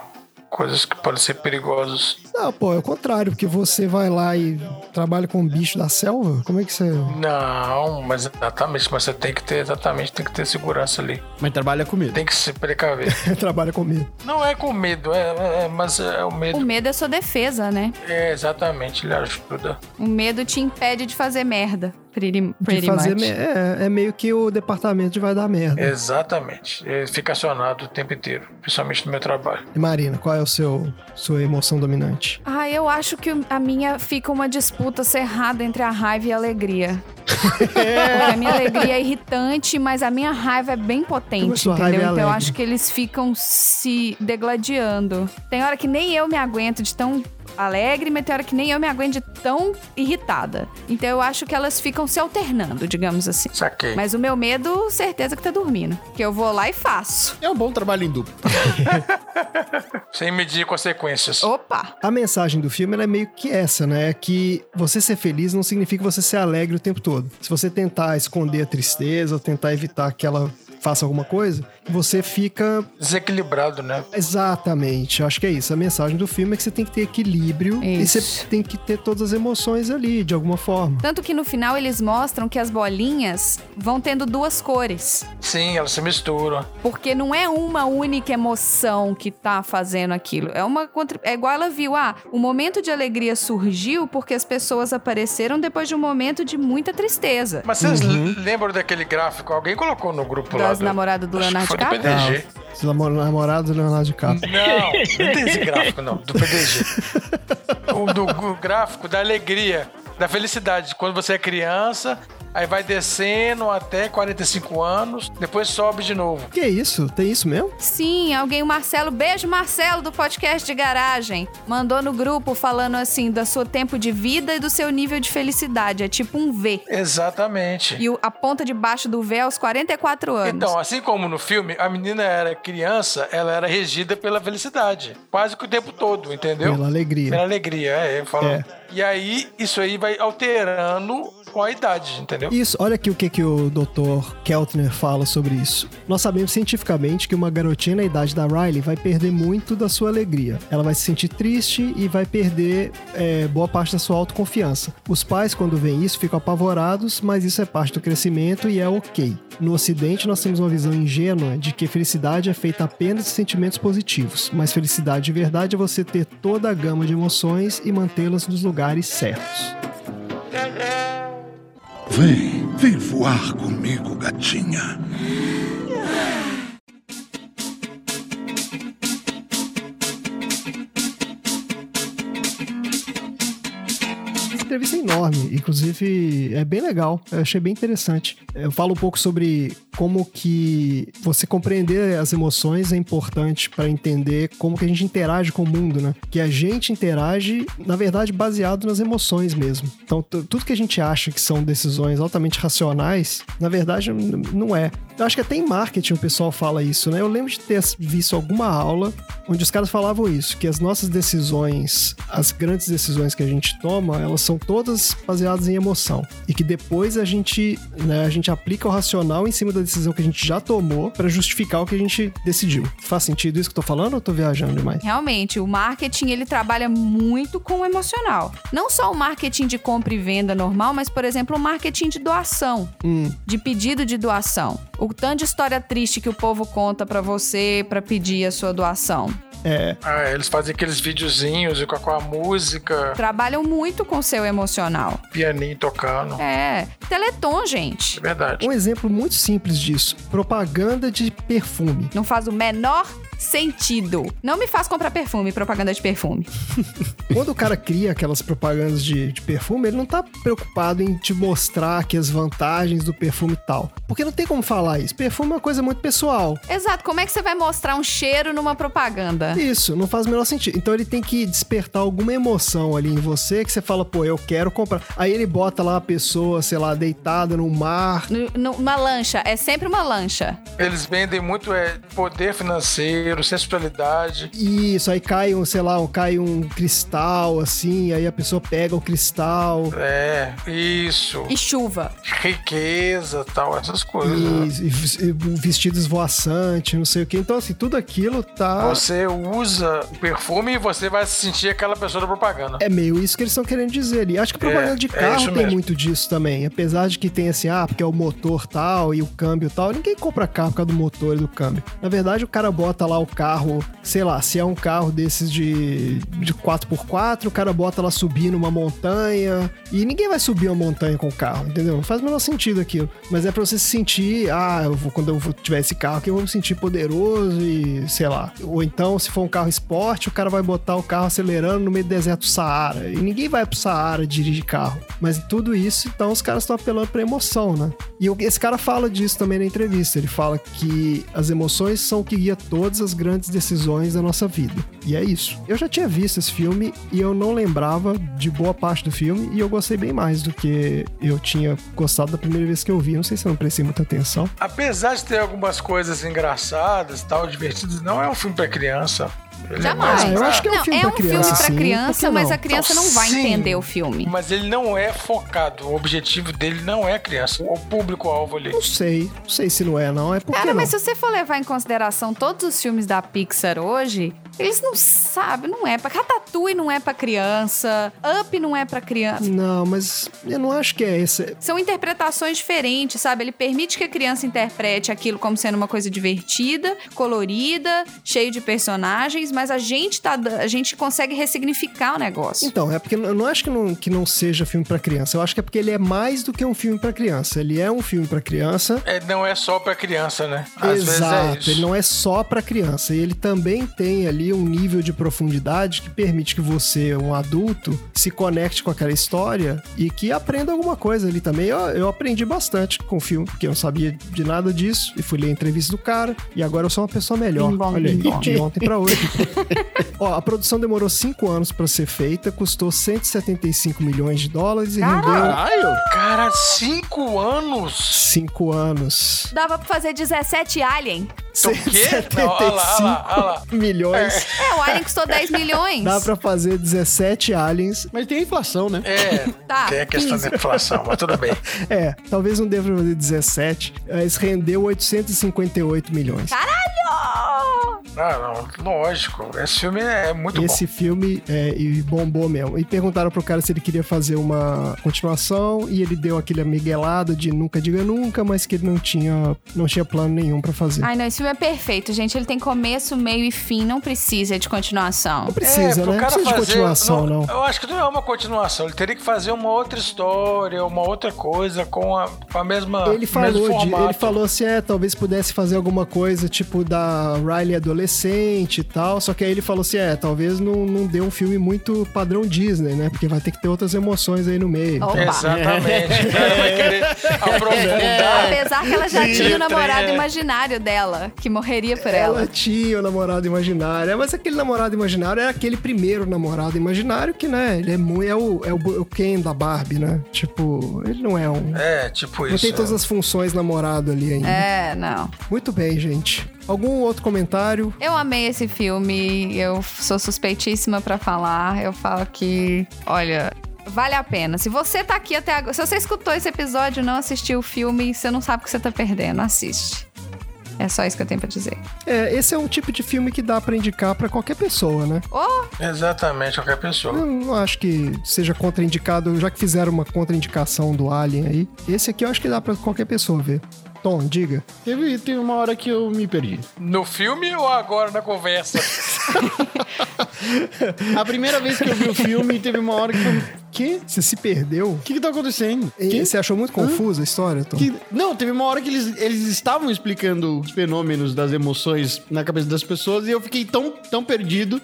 Speaker 2: coisas que podem ser perigosas.
Speaker 4: Não, pô, é o contrário, porque você vai lá e trabalha com um bicho da selva? Como é que você.
Speaker 2: Não, mas exatamente, mas você tem que ter exatamente, tem que ter segurança ali.
Speaker 1: Mas trabalha com medo.
Speaker 2: Tem que se precaver.
Speaker 4: trabalha com medo?
Speaker 2: Não é com medo, é, é- mas é o
Speaker 3: O
Speaker 2: medo.
Speaker 3: medo é sua defesa, né?
Speaker 2: É, exatamente, ele ajuda.
Speaker 3: O medo te impede de fazer merda. Pretty,
Speaker 4: De
Speaker 3: pretty
Speaker 4: fazer
Speaker 3: much.
Speaker 4: me- é, é meio que o departamento de vai dar merda.
Speaker 2: Exatamente. Ele fica acionado o tempo inteiro, principalmente no meu trabalho.
Speaker 4: E Marina, qual é o seu sua emoção dominante?
Speaker 3: Ah, eu acho que a minha fica uma disputa cerrada entre a raiva e a alegria. Porque a minha alegria é irritante, mas a minha raiva é bem
Speaker 4: Como a
Speaker 3: potente,
Speaker 4: sua raiva
Speaker 3: entendeu?
Speaker 4: é
Speaker 3: então eu
Speaker 4: alegre?
Speaker 3: acho que eles ficam se degladiando. Tem hora que nem eu me aguento de tão alegre, mas tem hora que nem eu me aguento de tão irritada. Então eu acho que elas ficam se alternando, digamos assim.
Speaker 2: Saquei.
Speaker 3: Mas o meu medo, certeza que tá dormindo. Que eu vou lá e faço.
Speaker 1: É um bom trabalho em dupla.
Speaker 2: Sem medir consequências.
Speaker 3: Opa!
Speaker 4: A mensagem do filme ela é meio que essa, né? É Que você ser feliz não significa você ser alegre o tempo todo. Se você tentar esconder a tristeza ou tentar evitar que ela faça alguma coisa, você fica
Speaker 2: Desequilibrado, né?
Speaker 4: Exatamente, eu acho que é isso. A mensagem do filme é que você tem que ter equilíbrio e
Speaker 3: Isso.
Speaker 4: você tem que ter todas as emoções ali, de alguma forma.
Speaker 3: Tanto que no final eles mostram que as bolinhas vão tendo duas cores.
Speaker 2: Sim, elas se misturam.
Speaker 3: Porque não é uma única emoção que tá fazendo aquilo. É uma contra- é igual ela viu, ah, o momento de alegria surgiu porque as pessoas apareceram depois de um momento de muita tristeza.
Speaker 2: Mas vocês lembram daquele gráfico? Alguém colocou no grupo lá
Speaker 3: Das
Speaker 2: do...
Speaker 3: namoradas do
Speaker 2: Acho que
Speaker 3: Leonardo
Speaker 2: foi do
Speaker 3: DiCaprio?
Speaker 2: PDG.
Speaker 4: Os namo- namorados do Leonardo DiCaprio.
Speaker 2: Não, não tem esse gráfico, não. Do PDG. O do o gráfico da alegria, da felicidade. Quando você é criança, aí vai descendo até 45 anos, depois sobe de novo.
Speaker 4: Que isso? Tem isso mesmo?
Speaker 3: Sim, alguém, o Marcelo, beijo Marcelo do podcast de garagem, mandou no grupo falando assim do seu tempo de vida e do seu nível de felicidade, é tipo um V.
Speaker 2: Exatamente.
Speaker 3: E o- a ponta de baixo do V é aos 44 anos.
Speaker 2: Então, assim como no filme, a menina era criança, ela era regida pela felicidade. Quase que o tempo todo, entendeu?
Speaker 4: Pela alegria.
Speaker 2: Pela alegria, é. eu falo.
Speaker 4: É.
Speaker 2: E aí, isso aí vai alterando com a idade, entendeu?
Speaker 4: Isso, olha aqui o que, que o Dr. Keltner fala sobre isso. Nós sabemos cientificamente que uma garotinha na idade da Riley vai perder muito da sua alegria. Ela vai se sentir triste e vai perder é, boa parte da sua autoconfiança. Os pais, quando veem isso, ficam apavorados, mas isso é parte do crescimento e é ok. No Ocidente, nós temos uma visão ingênua de que felicidade é feita apenas de sentimentos positivos, mas felicidade de verdade é você ter toda a gama de emoções e mantê-las nos lugares certos.
Speaker 5: Vem, vem voar comigo, gatinha.
Speaker 4: entrevista é enorme, inclusive é bem legal, eu achei bem interessante. Eu falo um pouco sobre como que você compreender as emoções é importante para entender como que a gente interage com o mundo, né? Que a gente interage, na verdade, baseado nas emoções mesmo. Então, tu- tudo que a gente acha que são decisões altamente racionais, na verdade, n- não é. Eu acho que até em marketing o pessoal fala isso, né? Eu lembro de ter visto alguma aula onde os caras falavam isso, que as nossas decisões, as grandes decisões que a gente toma, elas são todas baseadas em emoção. E que depois a gente, né, a gente aplica o racional em cima da decisão que a gente já tomou pra justificar o que a gente decidiu. Faz sentido isso que eu tô falando ou eu tô viajando demais?
Speaker 3: Realmente, o marketing ele trabalha muito com o emocional. Não só o marketing de compra e venda normal, mas, por exemplo, o marketing de doação,
Speaker 4: Hum.
Speaker 3: de pedido de doação. O tanto de história triste que o povo conta pra você pra pedir a sua doação.
Speaker 4: É.
Speaker 2: Ah, eles fazem aqueles videozinhos com a, com a música,
Speaker 3: Trabalham muito com o seu emocional.
Speaker 2: pianinho tocando.
Speaker 3: É. Teleton, gente.
Speaker 2: É verdade.
Speaker 4: Um exemplo muito simples disso: propaganda de perfume.
Speaker 3: Não faz o menor sentido. Não me faz comprar perfume, propaganda de perfume.
Speaker 4: Quando o cara cria aquelas propagandas de, de perfume, ele não tá preocupado em te mostrar que as vantagens do perfume e tal. Porque não tem como falar isso. Perfume é uma coisa muito pessoal.
Speaker 3: Exato. Como é que você vai mostrar um cheiro numa propaganda?
Speaker 4: Isso, não faz o menor sentido. Então ele tem que despertar alguma emoção ali em você que você fala, pô, eu quero comprar. Aí ele bota lá a pessoa, sei lá, deitada no mar.
Speaker 3: Nu- nu- Uma lancha. É sempre uma lancha.
Speaker 2: Eles vendem muito é, poder financeiro, sensualidade.
Speaker 4: Isso, aí cai um, sei lá, um- cai um cristal assim, aí a pessoa pega o cristal.
Speaker 2: É, isso.
Speaker 3: E chuva.
Speaker 2: Riqueza tal, essas coisas. né?
Speaker 4: E, e- e vestidos voaçantes, não sei o que. Então, assim, tudo aquilo tá.
Speaker 2: Você usa o perfume e você vai se sentir aquela pessoa da propaganda.
Speaker 4: É meio isso que eles estão querendo dizer ali. Acho que propaganda
Speaker 2: É,
Speaker 4: de
Speaker 2: é
Speaker 4: carro
Speaker 2: isso
Speaker 4: tem
Speaker 2: mesmo.
Speaker 4: muito disso também. Apesar de que tem assim, ah, porque é o motor tal e o câmbio tal. Ninguém compra carro por causa do motor e do câmbio. Na verdade, o cara bota lá o carro, sei lá, se é um carro desses de, de 4x4, o cara bota lá subindo uma montanha. E ninguém vai subir uma montanha com o carro, entendeu? Não faz o menor sentido aquilo. Mas é pra você se sentir, ah, eu vou, quando eu vou- tiver esse carro aqui, eu vou me sentir poderoso e sei lá. Ou então, se for um carro esporte, o cara vai botar o carro acelerando no meio do deserto do Saara. E ninguém vai pro Saara dirigir carro. Mas tudo isso, então, os caras estão apelando pra emoção, né? E o- esse cara fala disso também na entrevista. Ele fala que as emoções são o que guia todas as grandes decisões da nossa vida. E é isso. Eu já tinha visto esse filme e eu não lembrava de boa parte do filme e eu gostei bem mais do que eu tinha gostado da primeira vez que eu vi. Não sei se eu não prestei muita atenção.
Speaker 2: Apesar de ter algumas coisas engraçadas tal, divertidas, não é um filme pra criança. Ele é
Speaker 3: Jamais.
Speaker 2: mais
Speaker 4: Ah, eu
Speaker 2: pra-
Speaker 4: acho que é um
Speaker 3: Não,
Speaker 4: filme
Speaker 3: é
Speaker 4: pra
Speaker 3: um filme
Speaker 4: criança,
Speaker 3: pra
Speaker 4: sim. Por
Speaker 3: criança,
Speaker 4: que
Speaker 3: mas
Speaker 4: não?
Speaker 3: a criança não
Speaker 2: Não,
Speaker 3: vai
Speaker 2: sim.
Speaker 3: entender o filme.
Speaker 2: Mas ele não é focado. O objetivo dele não é criança. O público-alvo ali.
Speaker 4: Não sei. Não sei se não é, não. É porque
Speaker 3: Cara,
Speaker 4: não.
Speaker 3: mas se você for levar em consideração todos os filmes da Pixar hoje, eles não sabem, não é pra. Ratatouille não é pra criança, Up não é pra criança.
Speaker 4: Não, mas eu não acho que é esse.
Speaker 3: São interpretações diferentes, sabe? Ele permite que a criança interprete aquilo como sendo uma coisa divertida, colorida, cheio de personagens, mas a gente tá, da- a gente consegue ressignificar o negócio.
Speaker 4: Então, é porque eu não acho que não, que não seja filme pra criança. Eu acho que é porque ele é mais do que um filme pra criança. Ele é um filme pra criança.
Speaker 2: É, não é só pra criança, né? Às
Speaker 4: Exato,
Speaker 2: vezes é
Speaker 4: ele
Speaker 2: isso.
Speaker 4: não é só pra criança. E ele também tem ali um nível de profundidade que permite que você, um adulto, se conecte com aquela história e que aprenda alguma coisa ali também. Eu, eu aprendi bastante com o filme, porque eu não sabia de nada disso e fui ler a entrevista do cara e agora eu sou uma pessoa melhor.
Speaker 3: Bim, bom,
Speaker 4: Olha aí,
Speaker 3: bim, bom.
Speaker 4: de ontem pra hoje. Ó, a produção demorou cinco anos pra ser feita, custou 175 milhões de dólares e rendeu
Speaker 1: Caralho!
Speaker 2: Cara, cinco anos?
Speaker 4: cinco anos.
Speaker 3: Dava pra fazer 17 Alien.
Speaker 2: Então O quê?
Speaker 4: 175
Speaker 2: Não, olha lá, olha lá, olha lá.
Speaker 4: milhões.
Speaker 3: É, o Alien custou 10 milhões.
Speaker 4: Dá pra fazer 17 aliens.
Speaker 1: Mas tem a inflação, né?
Speaker 2: É,
Speaker 3: Tá,
Speaker 2: tem a questão
Speaker 3: 15.
Speaker 2: da inflação, mas tudo bem.
Speaker 4: É, talvez não deva fazer 17, mas rendeu 858 milhões.
Speaker 3: Caralho!
Speaker 2: Ah, não, lógico. Esse filme é muito
Speaker 4: E
Speaker 2: bom.
Speaker 4: esse filme é, e bombou mesmo. E perguntaram pro cara se ele queria fazer uma continuação e ele deu aquele amiguelada de nunca diga nunca, mas que ele não tinha, não tinha plano nenhum pra fazer.
Speaker 3: Ai, não, esse filme é perfeito, gente. Ele tem começo, meio e fim, não precisa de continuação.
Speaker 4: Não precisa,
Speaker 2: é, pro
Speaker 4: né? Não
Speaker 2: cara
Speaker 4: precisa de
Speaker 2: fazer-
Speaker 4: continuação, não.
Speaker 2: Eu acho que não é uma continuação. Ele teria que fazer uma outra história, uma outra coisa com a, com a mesma.
Speaker 4: Ele falou,
Speaker 2: mesmo
Speaker 4: de,
Speaker 2: formato.
Speaker 4: ele falou assim, é, talvez pudesse fazer alguma coisa tipo da Riley adolescente e tal, só que aí ele falou assim, é, talvez não, não dê um filme muito padrão Disney, né? Porque vai ter que ter outras emoções aí no meio.
Speaker 3: Opa.
Speaker 2: Exatamente. O cara vai querer aprofundar.
Speaker 3: Apesar que ela já tinha o
Speaker 2: Sim,
Speaker 3: namorado
Speaker 2: é.
Speaker 3: imaginário dela, que morreria por
Speaker 4: Ela
Speaker 3: ela.
Speaker 4: tinha o namorado imaginário, é, mas aquele namorado imaginário é aquele primeiro namorado imaginário que, né, ele é muito, é o, é o, bu- o Ken da Barbie, né? Tipo, ele não é um...
Speaker 2: É, tipo
Speaker 4: Não
Speaker 2: isso.
Speaker 4: tem todas as funções namorado ali ainda.
Speaker 3: É, não.
Speaker 4: Muito bem, gente. Algum outro comentário?
Speaker 3: Eu amei esse filme, eu sou suspeitíssima pra falar. Eu falo que, olha, vale a pena. Se você tá aqui até agora, se você escutou esse episódio e não assistiu o filme, você não sabe o que você tá perdendo. Assiste. É só isso que eu tenho pra dizer.
Speaker 4: É, esse é um tipo de filme que dá pra indicar pra qualquer pessoa, né?
Speaker 3: Oh,
Speaker 2: Exatamente, qualquer pessoa.
Speaker 4: Eu não acho que seja contraindicado, já que fizeram uma contraindicação do Alien aí. Esse aqui eu acho que dá pra qualquer pessoa ver. Tom, diga.
Speaker 1: Teve, teve uma hora que eu me perdi.
Speaker 2: No filme ou agora na conversa?
Speaker 1: A primeira vez que eu vi o filme, teve uma hora que eu... Que?
Speaker 4: Você se perdeu?
Speaker 1: O que que tá acontecendo?
Speaker 4: E
Speaker 1: Que?
Speaker 4: Você achou muito confusa a história, Tom?
Speaker 1: Que- Não, teve uma hora que eles, eles estavam explicando os fenômenos das emoções na cabeça das pessoas e eu fiquei tão, tão perdido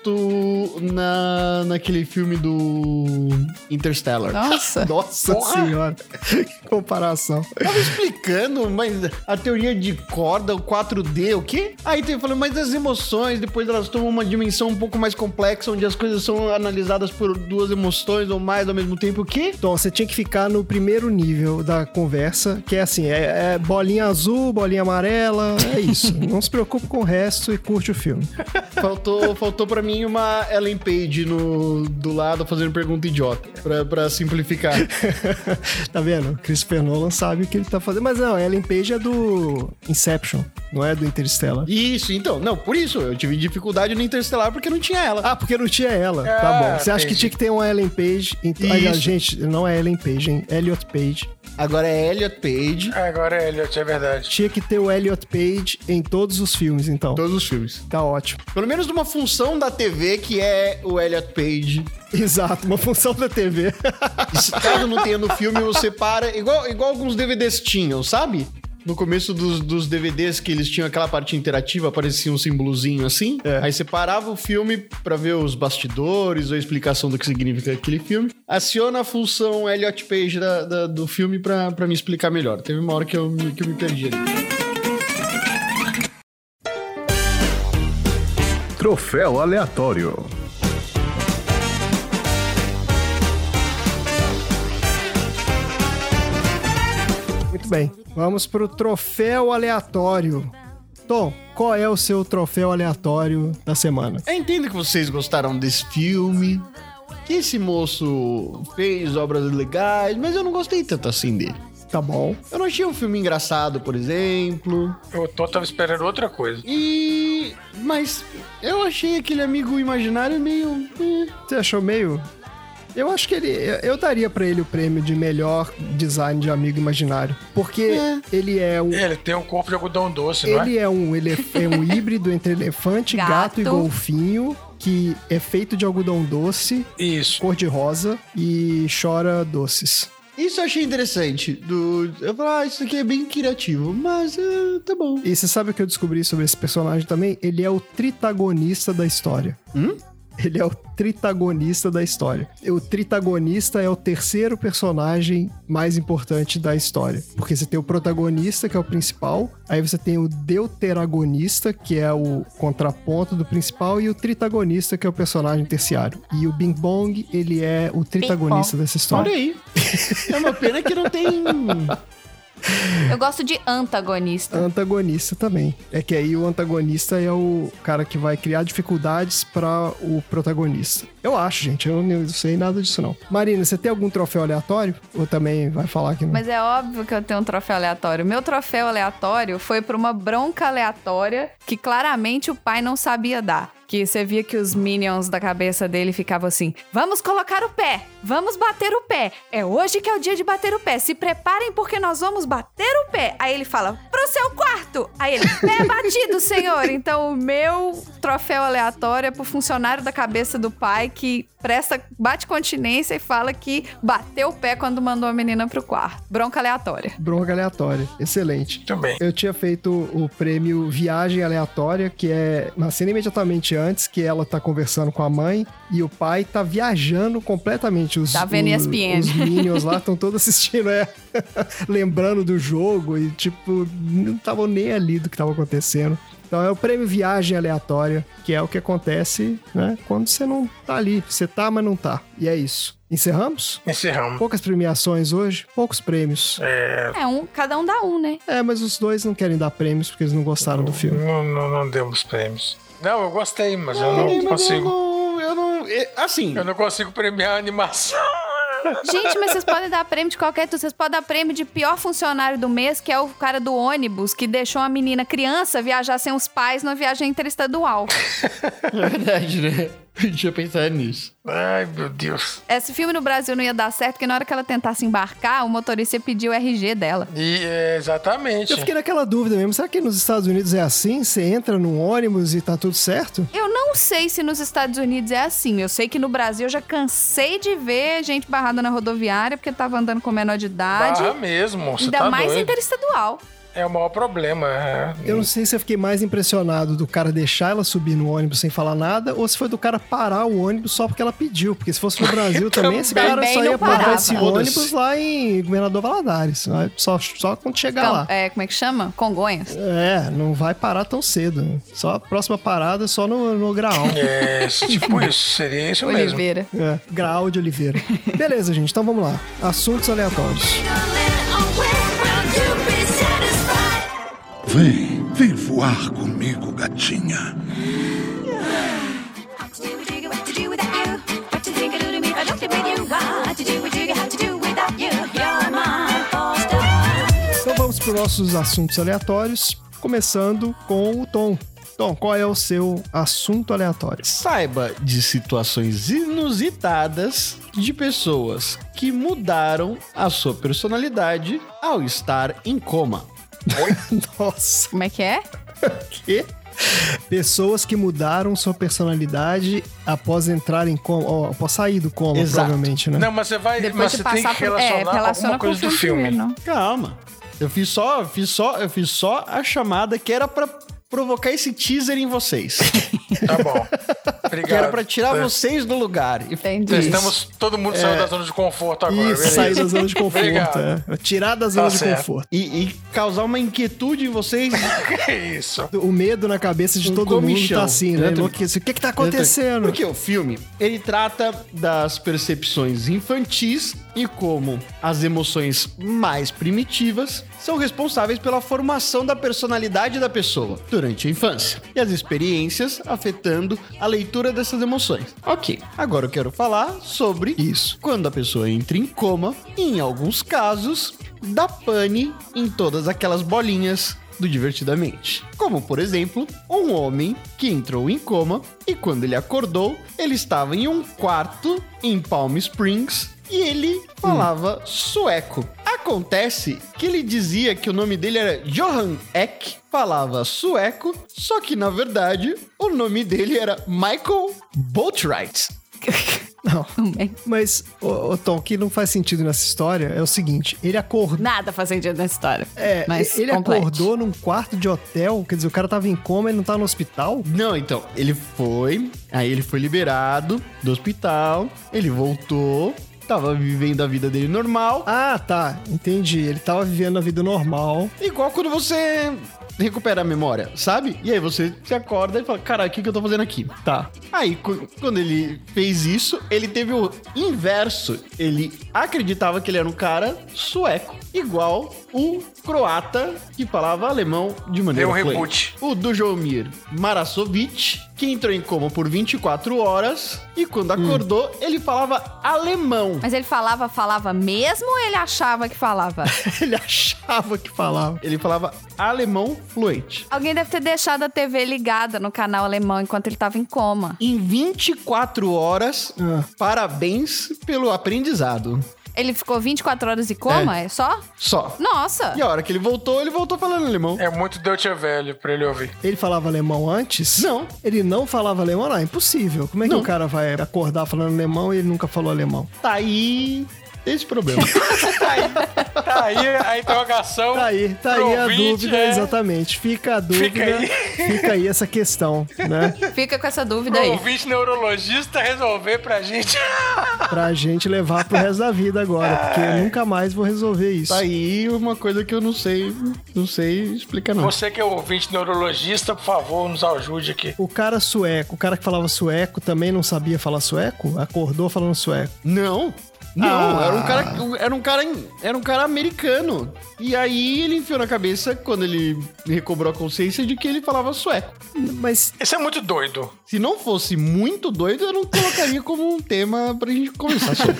Speaker 1: quanto na, naquele filme do Interstellar.
Speaker 3: Nossa.
Speaker 4: Nossa
Speaker 1: Porra!
Speaker 4: senhora, que comparação.
Speaker 1: Tava explicando, mas a teoria de corda, o 4D, o quê? Aí teve falando, mas as emoções, depois elas tomam uma dimensão um pouco mais complexa, onde as coisas são analisadas por duas emoções ou mais ao mesmo tempo, o quê?
Speaker 4: Tom, você tinha que ficar no primeiro nível da conversa, que é assim, é, é bolinha azul, bolinha amarela, é isso. Não se preocupe com o resto e curte o filme.
Speaker 1: Faltou, faltou pra mim uma Ellen Page no, do lado fazendo pergunta idiota, pra, pra simplificar.
Speaker 4: tá vendo? Christopher Nolan sabe o que ele tá fazendo. Mas não, Ellen Page é do Inception, não é do Interstellar.
Speaker 1: Isso, então. Não, por isso eu tive dificuldade no Interstellar porque não tinha ela.
Speaker 4: Ah, porque não tinha ela. tá
Speaker 2: Ah,
Speaker 4: bom. Você acha que
Speaker 2: entendi.
Speaker 4: tinha que ter uma Ellen Page? Então, Aliás,
Speaker 1: Isso.
Speaker 4: gente, não é Ellen Page, hein? Elliot Page.
Speaker 1: Agora é Elliot Page.
Speaker 2: agora é Elliot, é verdade.
Speaker 4: Tinha que ter o Elliot Page em todos os filmes, então.
Speaker 1: Todos os filmes.
Speaker 4: Tá ótimo.
Speaker 1: Pelo menos numa função da TV que é o Elliot Page.
Speaker 4: Exato, uma função da TV.
Speaker 1: E se caso não tenha no filme, você para. Igual, igual alguns DVDs tinham, sabe? No começo dos, dos DVDs que eles tinham aquela parte interativa, aparecia um símbolozinho assim.
Speaker 4: É.
Speaker 1: Aí você parava o filme pra ver os bastidores ou a explicação do que significa aquele filme. Aciona a função Elliot Page da- da- do filme pra, pra me explicar melhor. Teve uma hora que eu, me- que eu me perdi ali.
Speaker 7: Troféu aleatório.
Speaker 4: Muito bem. Vamos pro troféu aleatório. Tom, qual é o seu troféu aleatório da semana?
Speaker 1: Eu entendo que vocês gostaram desse filme, que esse moço fez obras legais, mas eu não gostei tanto assim dele.
Speaker 4: Tá bom.
Speaker 1: Eu não achei um filme engraçado, por exemplo.
Speaker 2: O Tom tava esperando outra coisa.
Speaker 1: E. Mas eu achei aquele amigo imaginário meio. eh,
Speaker 4: Você achou meio? Eu acho que ele. eu- Eu daria pra ele o prêmio de melhor design de amigo imaginário. Porque ele é um.
Speaker 2: Ele tem um corpo de algodão doce, não é?
Speaker 4: Ele é um, elef- é um híbrido entre elefante, gato. e
Speaker 3: Gato.
Speaker 4: golfinho, que é feito de algodão doce,
Speaker 2: Isso.
Speaker 4: cor de rosa e chora doces.
Speaker 1: Isso eu achei interessante. Do... Eu falei, ah, isso aqui é bem criativo, mas eh, tá bom.
Speaker 4: E você sabe o que eu descobri sobre esse personagem também? Ele é o tritagonista da história. Ele é o tritagonista da história. E O tritagonista é o terceiro personagem mais importante da história. Porque você tem o protagonista, que é o principal, aí você tem o deuteragonista, que é o contraponto do principal, e o tritagonista, que é o personagem terciário. E o Bing Bong, ele é o tritagonista dessa
Speaker 1: Olha
Speaker 4: história.
Speaker 1: aí. É uma pena que não tem.
Speaker 3: Eu gosto de antagonista.
Speaker 4: Antagonista também. É que aí o antagonista é o cara que vai criar dificuldades pra o protagonista. Eu acho, gente. Eu não sei nada disso, não. Marina, você tem algum troféu aleatório? Ou também vai falar que não?
Speaker 3: Mas é óbvio que eu tenho um troféu aleatório. Meu troféu aleatório foi pra uma bronca aleatória que claramente o pai não sabia dar. Que você via que os minions da cabeça dele ficavam assim: vamos colocar o pé, vamos bater o pé. É hoje que é o dia de bater o pé. Se preparem porque nós vamos bater o pé. Aí ele fala: pro seu quarto. Aí ele: pé batido, senhor. Então o meu troféu aleatório é pro funcionário da cabeça do pai que presta, bate continência e fala que bateu o pé quando mandou a menina pro quarto. Bronca aleatória.
Speaker 4: Bronca aleatória. Excelente.
Speaker 2: Muito bem.
Speaker 4: Eu tinha feito o prêmio Viagem Aleatória, que é na cena imediatamente antes que ela tá conversando com a mãe e o pai tá viajando completamente. Os,
Speaker 3: Tá vendo
Speaker 4: os,
Speaker 3: ESPN.
Speaker 4: os Minions lá estão todos assistindo, é. Lembrando do jogo e, tipo, não estavam nem ali do que tava acontecendo. Então é o prêmio Viagem Aleatória, que é o que acontece, né? Quando você não tá ali. Você tá, mas não tá. E é isso. Encerramos?
Speaker 2: Encerramos.
Speaker 4: Poucas premiações hoje, poucos prêmios.
Speaker 3: É, um, cada um dá um, né?
Speaker 4: É, mas os dois não querem dar prêmios porque eles não gostaram do filme.
Speaker 2: Não, não, não demos prêmios. Não, eu gostei, mas eu
Speaker 1: Mas
Speaker 2: não
Speaker 1: eu
Speaker 2: consigo.
Speaker 1: não- Eu não. eh, Assim.
Speaker 2: Eu não consigo premiar a animação.
Speaker 3: Gente, mas vocês podem dar prêmio de qualquer tudo. Vocês podem dar prêmio de pior funcionário do mês, que é o cara do ônibus que deixou a menina criança viajar sem os pais numa viagem interestadual.
Speaker 1: É verdade, né? Deixa eu pensar nisso.
Speaker 2: Ai, meu Deus.
Speaker 3: Esse filme no Brasil não ia dar certo, porque na hora que ela tentasse embarcar, o motorista ia pedir o RG dela.
Speaker 2: E, é, exatamente.
Speaker 4: Eu fiquei naquela dúvida mesmo. Será que nos Estados Unidos é assim? Você entra num ônibus e tá tudo certo?
Speaker 3: Eu não sei se nos Estados Unidos é assim. Eu sei que no Brasil eu já cansei de ver gente barrada na rodoviária porque tava andando com menor de idade.
Speaker 2: Barra mesmo. Você
Speaker 3: Ainda
Speaker 2: tá
Speaker 3: mais
Speaker 2: doido.
Speaker 3: interestadual.
Speaker 2: É o maior problema. é.
Speaker 4: Eu não sei se eu fiquei mais impressionado do cara deixar ela subir no ônibus sem falar nada ou se foi do cara parar o ônibus só porque ela pediu. Porque se fosse no Brasil também, esse cara
Speaker 3: Também
Speaker 4: só
Speaker 3: não
Speaker 4: ia botar
Speaker 3: parava.
Speaker 4: esse
Speaker 1: Foda-se.
Speaker 4: ônibus lá em Governador Valadares. né? Só, só quando chegar
Speaker 3: Cam-
Speaker 4: lá.
Speaker 3: é, como é que chama? Congonhas.
Speaker 4: É, não vai parar tão cedo. Só a próxima parada é só no, no graal.
Speaker 2: É, tipo isso, seria isso mesmo.
Speaker 3: Oliveira.
Speaker 4: É, graal de Oliveira. Beleza, gente, então vamos lá. Assuntos aleatórios.
Speaker 5: Vem, vem voar comigo, gatinha.
Speaker 4: Então vamos para os nossos assuntos aleatórios, começando com o Tom. Tom, qual é o seu assunto aleatório?
Speaker 1: Saiba de situações inusitadas de pessoas que mudaram a sua personalidade ao estar em coma.
Speaker 4: Nossa,
Speaker 3: Como é que é?
Speaker 4: que? Pessoas que mudaram sua personalidade após entrar em coma, ó, após sair do coma,
Speaker 1: Exato.
Speaker 4: provavelmente, né?
Speaker 2: Não, mas você vai.
Speaker 3: Depois
Speaker 2: mas
Speaker 3: de
Speaker 2: você tem que
Speaker 3: passar por. É,
Speaker 2: relacionar com alguma
Speaker 3: relaciona com o
Speaker 2: coisa do filme.
Speaker 3: primeiro, não.
Speaker 1: Calma. Eu fiz só, eu fiz só, eu fiz só a chamada que era pra provocar esse teaser em vocês.
Speaker 2: Tá bom.
Speaker 1: que era
Speaker 2: Obrigado.
Speaker 1: pra tirar
Speaker 2: É.
Speaker 1: vocês do lugar. E
Speaker 3: Entendi.
Speaker 2: Então, Estamos, todo mundo saiu da zona de conforto agora.
Speaker 4: Isso,
Speaker 2: beleza.
Speaker 4: sair da zona de conforto.
Speaker 2: é Obrigado.
Speaker 4: é. Tirar da zona
Speaker 2: Tá
Speaker 4: de
Speaker 2: certo.
Speaker 4: conforto.
Speaker 1: E, e causar uma inquietude em vocês.
Speaker 2: Que isso.
Speaker 4: O medo na cabeça de
Speaker 1: Um
Speaker 4: todo mundo
Speaker 1: comichão.
Speaker 4: tá assim, né?
Speaker 1: Dentro-
Speaker 4: Enlouquecido. O que que tá acontecendo?
Speaker 1: Porque o filme, ele trata das percepções infantis e como as emoções mais primitivas são responsáveis pela formação da personalidade da pessoa durante a infância e as experiências afetando a leitura dessas emoções. Ok, agora eu quero falar sobre isso. Quando a pessoa entra em coma, em alguns casos, dá pane em todas aquelas bolinhas do Divertidamente. Como, por exemplo, um homem que entrou em coma e quando ele acordou, ele estava em um quarto em Palm Springs e ele falava sueco. Acontece que ele dizia que o nome dele era Johan Eck, falava sueco, só que na verdade o nome dele era Michael Boatwright.
Speaker 4: Não.
Speaker 3: Também.
Speaker 4: Mas, ô, ô, Tom, o que não faz sentido nessa história é o seguinte: ele acordou.
Speaker 3: Nada faz sentido nessa história.
Speaker 4: É,
Speaker 3: mas
Speaker 4: ele
Speaker 3: complete.
Speaker 4: acordou num quarto de hotel, quer dizer, o cara tava em coma e não tá no hospital?
Speaker 1: Não, então, ele foi, aí ele foi liberado do hospital, ele voltou, tava vivendo a vida dele normal,
Speaker 4: Ah, tá, entendi. Ele tava vivendo a vida normal.
Speaker 1: Igual quando você recupera a memória, sabe? E aí você se acorda e fala, caralho, o que, que eu tô fazendo aqui? Tá. Aí, qu- quando ele fez isso, ele teve o inverso. Ele acreditava que ele era um cara sueco, igual o croata que falava alemão de maneira
Speaker 2: Deu um
Speaker 1: fluente.
Speaker 2: reboot.
Speaker 1: O Dujomir Marasovic, que entrou em coma por 24 horas, e quando acordou, ele falava alemão.
Speaker 3: Mas ele falava, falava mesmo ou ele achava que falava?
Speaker 4: ele achava que falava.
Speaker 1: Ele falava alemão fluente.
Speaker 3: Alguém deve ter deixado a TV ligada no canal alemão enquanto ele tava em coma.
Speaker 1: em 24 horas.
Speaker 4: Ah.
Speaker 1: Parabéns pelo aprendizado.
Speaker 3: Ele ficou 24 horas de coma, é, só?
Speaker 1: Só.
Speaker 3: Nossa!
Speaker 1: E a hora que ele voltou, ele voltou falando alemão.
Speaker 2: É muito Deutsche Velho pra ele ouvir.
Speaker 4: Ele falava alemão antes?
Speaker 1: Não.
Speaker 4: Ele não falava alemão? Não, é impossível. Como é que
Speaker 1: Não.
Speaker 4: o cara vai acordar falando alemão e ele nunca falou alemão?
Speaker 1: Tá aí esse problema.
Speaker 2: Tá aí a interrogação.
Speaker 4: Tá aí, tá aí
Speaker 2: pro
Speaker 4: a
Speaker 2: ouvinte,
Speaker 4: dúvida,
Speaker 2: é.
Speaker 4: exatamente. Fica a dúvida, fica aí,
Speaker 2: aí.
Speaker 4: essa questão, né?
Speaker 3: Fica com essa dúvida
Speaker 2: Pro
Speaker 3: aí.
Speaker 2: ouvinte neurologista resolver pra gente.
Speaker 4: Pra gente levar pro resto da vida agora, porque eu nunca mais vou resolver isso.
Speaker 1: É. tá aí uma coisa que eu não sei, não sei explicar não.
Speaker 2: Você que é ouvinte neurologista, por favor, nos ajude aqui.
Speaker 4: O cara sueco, o cara que falava sueco também não sabia falar sueco? Acordou falando sueco.
Speaker 1: Não. Não,
Speaker 4: Ah.
Speaker 1: era um cara, era um cara, era um cara americano. E aí ele enfiou na cabeça quando ele recobrou a consciência de que ele falava sueco.
Speaker 4: Mas
Speaker 2: Isso é muito doido.
Speaker 1: Se não fosse muito doido, eu não colocaria como um tema pra gente conversar sobre.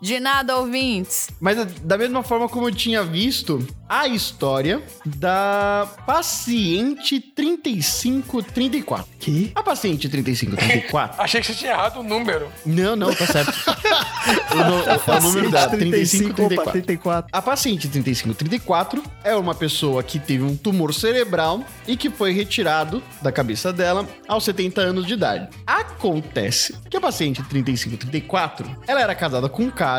Speaker 3: De nada, ouvintes.
Speaker 1: Mas da mesma forma como eu tinha visto, a história da paciente 3534.
Speaker 4: Que?
Speaker 1: A paciente 3534.
Speaker 2: Achei que você tinha errado o número.
Speaker 1: não, não, tá certo. o, no-
Speaker 2: Tá
Speaker 1: o número da
Speaker 4: 35
Speaker 1: 3534.
Speaker 4: 34.
Speaker 1: A paciente 3534 é uma pessoa que teve um tumor cerebral e que foi retirado da cabeça dela aos 70 anos de idade. Acontece que a paciente 3534, ela era casada com um cara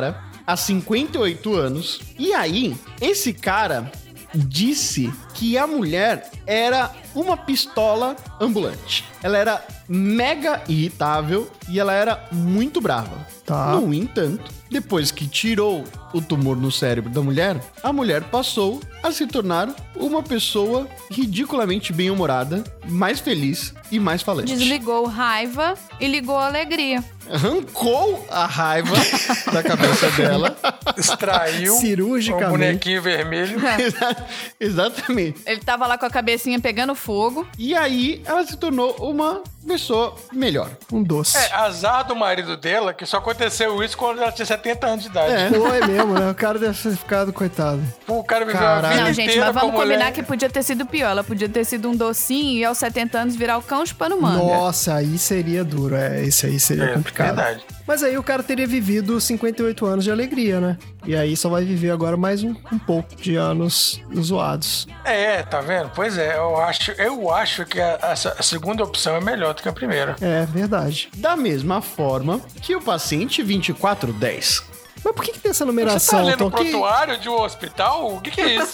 Speaker 1: há 58 anos e aí esse cara disse que a mulher era uma pistola ambulante. Ela era mega irritável e ela era muito brava.
Speaker 4: Tá.
Speaker 1: No entanto, depois que tirou o tumor no cérebro da mulher, a mulher passou a se tornar uma pessoa ridiculamente bem-humorada, mais feliz e mais falante.
Speaker 3: Desligou raiva e ligou alegria.
Speaker 1: Arrancou a raiva da cabeça dela.
Speaker 2: Extraiu
Speaker 4: Cirurgicamente.
Speaker 2: um bonequinho vermelho.
Speaker 1: É. Exatamente.
Speaker 3: Ele tava lá com a cabecinha pegando fogo.
Speaker 1: E aí ela se tornou uma pessoa melhor.
Speaker 4: Um doce.
Speaker 2: É, azar do marido dela, que só aconteceu isso quando ela tinha 70 anos de idade.
Speaker 1: É.
Speaker 4: Pô, é mesmo, né? O cara deve ter ficado, coitado.
Speaker 2: Pô, o cara viveu a
Speaker 1: Caralho.
Speaker 2: vida
Speaker 3: Não, gente,
Speaker 2: inteira
Speaker 3: mas vamos
Speaker 2: com a mulher.
Speaker 3: combinar que podia ter sido pior. Ela podia ter sido um docinho e aos 70 anos virar o cão chupando manga.
Speaker 4: Nossa, aí seria duro. É, esse aí seria
Speaker 2: É,
Speaker 4: complicado.
Speaker 2: verdade.
Speaker 4: Mas aí o cara teria vivido 58 anos de alegria, né? E aí só vai viver agora mais um, um pouco de anos zoados.
Speaker 2: É, tá vendo? Pois é, eu acho, eu acho que a, a se- a segunda opção é melhor do que a primeira.
Speaker 4: É, verdade.
Speaker 1: Da mesma forma que o paciente 2410.
Speaker 4: Mas por que, que tem essa
Speaker 2: Você tá
Speaker 4: numeração?
Speaker 2: lendo
Speaker 4: Tom?
Speaker 2: o
Speaker 4: Que-
Speaker 2: prontuário de um hospital? O que, que é isso?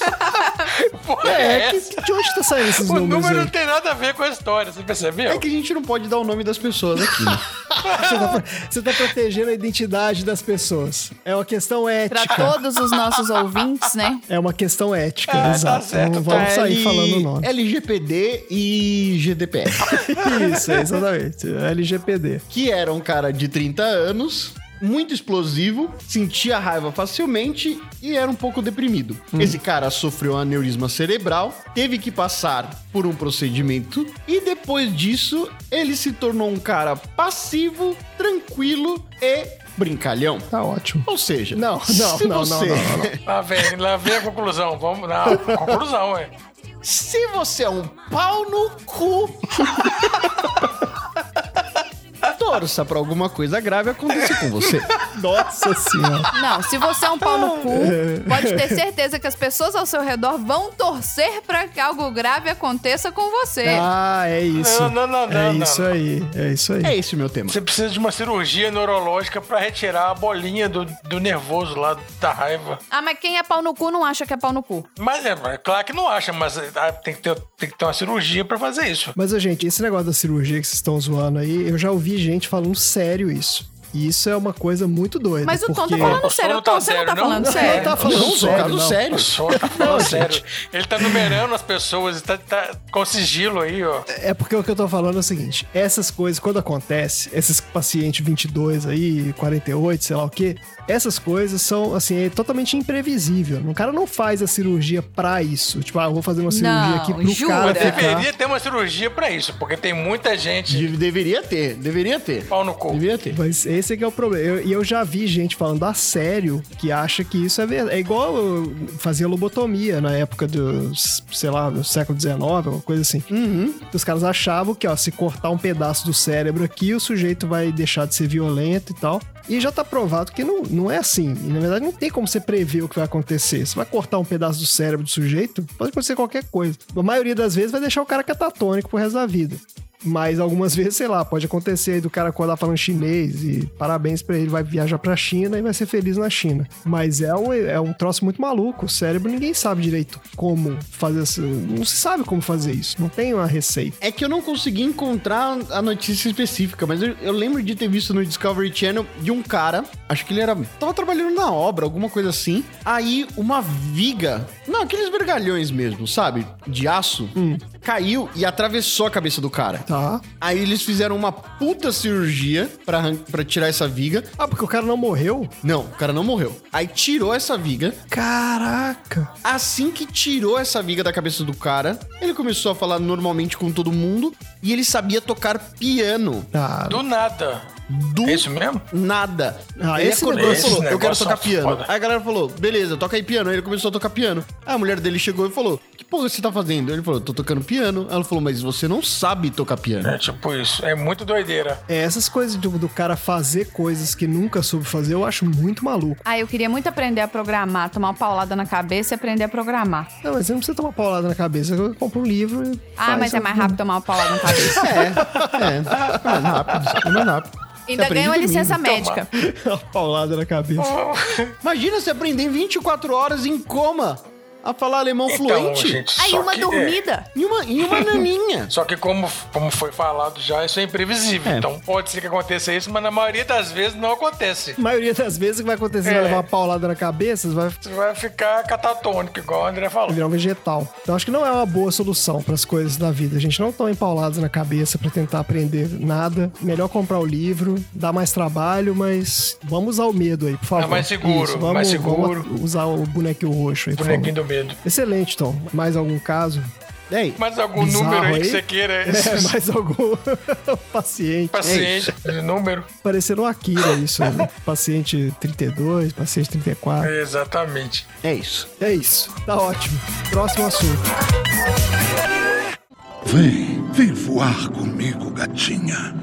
Speaker 2: Porra, é,
Speaker 4: É, que-
Speaker 2: essa?
Speaker 4: que- de onde tá saindo esses
Speaker 2: O
Speaker 4: números
Speaker 2: número
Speaker 4: aí?
Speaker 2: não tem nada a ver com a história, você percebeu?
Speaker 1: É que a gente não pode dar o nome das pessoas aqui. né?
Speaker 4: Você tá, pro- você tá protegendo a identidade das pessoas. É uma questão
Speaker 3: Pra
Speaker 4: ética.
Speaker 3: todos os nossos ouvintes, né?
Speaker 4: É uma questão ética,
Speaker 2: Ah, tá
Speaker 4: exato.
Speaker 2: certo,
Speaker 4: não vamos
Speaker 1: Tá,
Speaker 4: É, sair
Speaker 1: L-
Speaker 4: falando o nome.
Speaker 1: LGPD e GDPR.
Speaker 4: Isso, é exatamente. LGPD.
Speaker 1: que era um cara de 30 anos, muito explosivo, sentia raiva facilmente e era um pouco deprimido.
Speaker 4: Hum.
Speaker 1: Esse cara sofreu um aneurisma cerebral, teve que passar por um procedimento e depois disso ele se tornou um cara passivo, tranquilo e brincalhão.
Speaker 4: Tá ótimo.
Speaker 1: Ou seja,
Speaker 4: Não, não,
Speaker 1: se
Speaker 4: não, não,
Speaker 1: você,
Speaker 4: não, não,
Speaker 2: Lá vem, lá vem a conclusão. Vamos na conclusão, é.
Speaker 1: se você é um pau no cu, torça pra alguma coisa grave acontecer com você.
Speaker 4: Nossa senhora.
Speaker 3: Não, se você é um pau no cu, pode ter certeza que as pessoas ao seu redor vão torcer pra que algo grave aconteça com você.
Speaker 4: Ah, é isso.
Speaker 2: Não, não, não,
Speaker 4: É
Speaker 2: não,
Speaker 4: isso
Speaker 2: não.
Speaker 4: aí. É isso aí.
Speaker 1: É esse o meu tema.
Speaker 2: Você precisa de uma cirurgia neurológica pra retirar a bolinha do, do nervoso lá, da raiva.
Speaker 3: Ah, mas quem é pau no cu não acha que é pau no cu.
Speaker 2: Mas é, é claro que não acha, mas é, ah, tem que ter, tem que ter uma cirurgia pra fazer isso.
Speaker 4: Mas, ô, gente, esse negócio da cirurgia que vocês estão zoando aí, eu já ouvi gente falando sério isso. E isso é uma coisa muito doida.
Speaker 3: Mas o Tom
Speaker 4: porque...
Speaker 3: tá falando
Speaker 2: O Tom
Speaker 3: sério, o
Speaker 2: tá
Speaker 3: Tom, você não tá
Speaker 2: sério,
Speaker 3: falando
Speaker 2: não?
Speaker 3: sério.
Speaker 4: Não tá falando
Speaker 1: Não,
Speaker 4: sério,
Speaker 1: cara,
Speaker 4: não.
Speaker 1: sério.
Speaker 2: O senhor tá falando sério. Ele tá numerando as pessoas, tá, tá com sigilo aí, ó.
Speaker 4: É porque o que eu tô falando é o seguinte: essas coisas, quando acontece, esses pacientes 22 aí, 48, sei lá o quê, essas coisas são, assim, é totalmente imprevisível. O cara não faz a cirurgia pra isso. Tipo, ah, eu vou fazer uma cirurgia
Speaker 3: Não,
Speaker 4: aqui pro
Speaker 3: jura?
Speaker 4: cara ficar.
Speaker 2: Deveria ter uma cirurgia pra isso, porque tem muita gente
Speaker 1: De- Deveria ter, deveria ter.
Speaker 2: pau no cu.
Speaker 1: Deveria ter.
Speaker 4: Mas esse é que é o problema. Eu- E eu, já vi gente falando a sério que acha que isso é verdade. É igual eu fazia lobotomia na época do, sei lá, do século XIX, alguma coisa assim. Os caras achavam que, ó, se cortar um pedaço do cérebro aqui, o sujeito vai deixar de ser violento e tal. E já tá provado que não, não é assim. E, na verdade, não tem como você prever o que vai acontecer. Você vai cortar um pedaço do cérebro do sujeito, pode acontecer qualquer coisa. A maioria das vezes vai deixar o cara catatônico pro resto da vida. Mas algumas vezes, sei lá, pode acontecer aí do cara acordar falando chinês e parabéns pra ele, vai viajar pra China e vai ser feliz na China. Mas é um, é um troço muito maluco. O cérebro ninguém sabe direito como fazer isso. Não se sabe como fazer isso. Não tem uma receita.
Speaker 1: É que eu não consegui encontrar a notícia específica, mas eu, eu lembro de ter visto no Discovery Channel de um cara, acho que ele era. tava trabalhando na obra, alguma coisa assim. Aí uma viga, não, aqueles vergalhões mesmo, sabe? De aço, caiu e atravessou a cabeça do cara.
Speaker 4: Tá?
Speaker 1: Aí eles fizeram uma puta cirurgia pra, arran- pra tirar essa viga.
Speaker 4: Ah, porque o cara não morreu?
Speaker 1: Não, o cara não morreu. Aí tirou essa viga,
Speaker 4: Caraca!
Speaker 1: Assim que tirou essa viga da cabeça do cara, ele começou a falar normalmente com todo mundo e ele sabia tocar piano.
Speaker 4: Ah,
Speaker 2: Do nada.
Speaker 1: do
Speaker 2: É isso mesmo?
Speaker 1: nada.
Speaker 4: Ah,
Speaker 1: ele
Speaker 4: esse
Speaker 1: acordou e
Speaker 2: negócio-
Speaker 1: falou,
Speaker 2: esse
Speaker 1: eu quero
Speaker 2: negócio
Speaker 1: tocar
Speaker 2: é
Speaker 1: piano.
Speaker 2: foda.
Speaker 1: Aí a galera falou, beleza, toca aí piano. Aí ele começou a tocar piano. Aí a mulher dele chegou e falou, que porra você tá fazendo? Ele falou, tô tocando piano. Ela falou, mas você não sabe tocar piano.
Speaker 2: É tipo isso. É muito doideira.
Speaker 4: É, essas coisas do, do cara fazer coisas que nunca soube fazer, eu acho muito maluco.
Speaker 3: Ah, eu queria muito aprender a programar, tomar uma paulada na cabeça e aprender a programar.
Speaker 4: Não, mas você não precisa tomar paulada na cabeça. Eu compro um livro e
Speaker 3: Ah,
Speaker 4: faz. um
Speaker 3: mas é mais rápido tomar uma paulada na cabeça.
Speaker 1: É, é, é rápido, é mais rápido.
Speaker 3: Ainda
Speaker 1: aprende
Speaker 3: ganha uma
Speaker 1: dormindo.
Speaker 3: licença médica.
Speaker 4: Uma paulada na cabeça.
Speaker 1: Imagina se aprender em 24 horas em coma a falar alemão
Speaker 2: Então,
Speaker 1: fluente
Speaker 2: gente,
Speaker 3: Aí
Speaker 2: só
Speaker 3: uma
Speaker 2: que-
Speaker 3: dormida.
Speaker 1: em uma, em uma naninha.
Speaker 2: é. Só que como, como foi falado já, isso é imprevisível. Então pode ser que aconteça isso, mas na maioria das vezes não acontece.
Speaker 4: A maioria das vezes o que vai acontecer, você vai
Speaker 2: É.
Speaker 4: levar uma paulada na cabeça, você vai f-
Speaker 2: Você vai ficar catatônico, igual o André falou.
Speaker 4: virar um vegetal. Então acho que não é uma boa solução para as coisas da vida. A gente não toma pauladas na cabeça para tentar aprender nada. Melhor comprar o livro, dá mais trabalho, mas vamos usar o medo aí, por favor.
Speaker 2: Tá mais seguro, mais seguro.
Speaker 4: vamos usar o bonequinho roxo aí, por favor.
Speaker 2: Bonequinho do medo.
Speaker 4: Excelente, Tom. Mais algum caso?
Speaker 1: Ei,
Speaker 2: Mas algum
Speaker 4: Bizarro
Speaker 2: número aí,
Speaker 4: aí?
Speaker 2: que você queira.
Speaker 4: É, mais algum paciente.
Speaker 2: Paciente, de número.
Speaker 4: Parecendo o Akira isso. né? paciente 32, paciente 34.
Speaker 2: Exatamente.
Speaker 1: é isso.
Speaker 4: É isso. Tá ótimo. Próximo assunto.
Speaker 5: Vem, vem voar comigo, gatinha.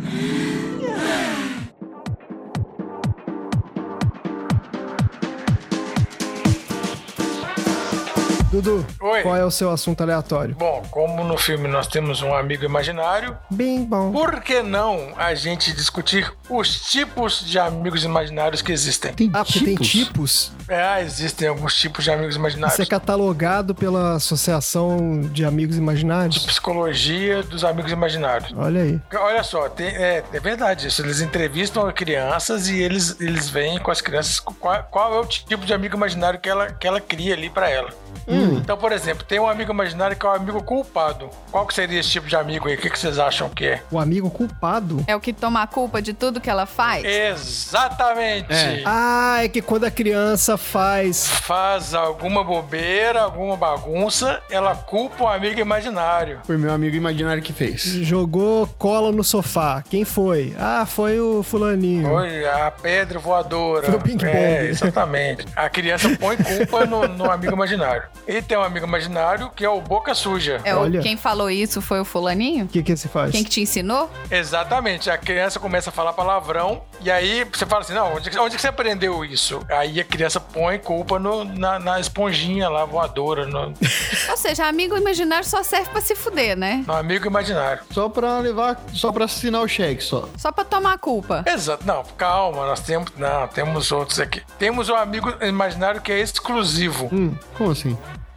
Speaker 4: Dudu,
Speaker 2: Oi.
Speaker 4: qual é o seu assunto aleatório?
Speaker 2: Bom, como no filme nós temos um amigo imaginário,
Speaker 4: Bem bom.
Speaker 2: por que não a gente discutir os tipos de amigos imaginários que existem?
Speaker 1: Tem tipo,
Speaker 4: Ah, porque tem tipos.
Speaker 2: É, existem alguns tipos de amigos
Speaker 4: Isso é
Speaker 2: imaginários.
Speaker 4: catalogado pela Associação de Amigos Imaginários.
Speaker 2: Psicologia dos amigos imaginários.
Speaker 4: Olha aí.
Speaker 2: Olha só, tem- é, é verdade isso. Eles entrevistam crianças e eles, eles veem com as crianças qual, qual é o tipo de amigo imaginário que ela, que ela cria ali pra ela. Então, por exemplo, tem um amigo imaginário que é o amigo culpado. Qual que seria esse tipo de amigo aí? O que, que vocês acham que é?
Speaker 4: O amigo culpado.
Speaker 3: É o que toma a culpa de tudo que ela faz.
Speaker 2: É. Exatamente!
Speaker 1: É.
Speaker 4: Ah, é que quando a criança faz.
Speaker 2: Faz alguma bobeira, alguma bagunça, ela culpa um amigo imaginário.
Speaker 1: Foi meu amigo imaginário que fez.
Speaker 4: Jogou cola no sofá. Quem foi? Ah, foi o fulaninho.
Speaker 2: Oi, a pedra voadora.
Speaker 4: Foi o Big
Speaker 2: é,
Speaker 4: Bang.
Speaker 2: exatamente. A criança põe culpa no, no amigo imaginário. E tem um amigo imaginário que é o Boca Suja.
Speaker 3: É, o-
Speaker 4: Olha.
Speaker 3: quem falou isso foi o fulaninho?
Speaker 4: O que que se faz?
Speaker 3: Quem que te ensinou?
Speaker 2: Exatamente. A criança começa a falar palavrão e aí você fala assim, não, onde, que- onde que você aprendeu isso? Aí a criança põe culpa no- na, na esponjinha lá, voadora, no,
Speaker 3: Ou seja, amigo imaginário só serve pra se fuder, né?
Speaker 2: no amigo imaginário.
Speaker 1: Só pra levar, só pra assinar o cheque, só.
Speaker 3: Só pra tomar a culpa.
Speaker 2: Exato. Não, calma, nós temos. Não, temos outros aqui. Temos um amigo imaginário que é exclusivo.
Speaker 1: Hum, como assim?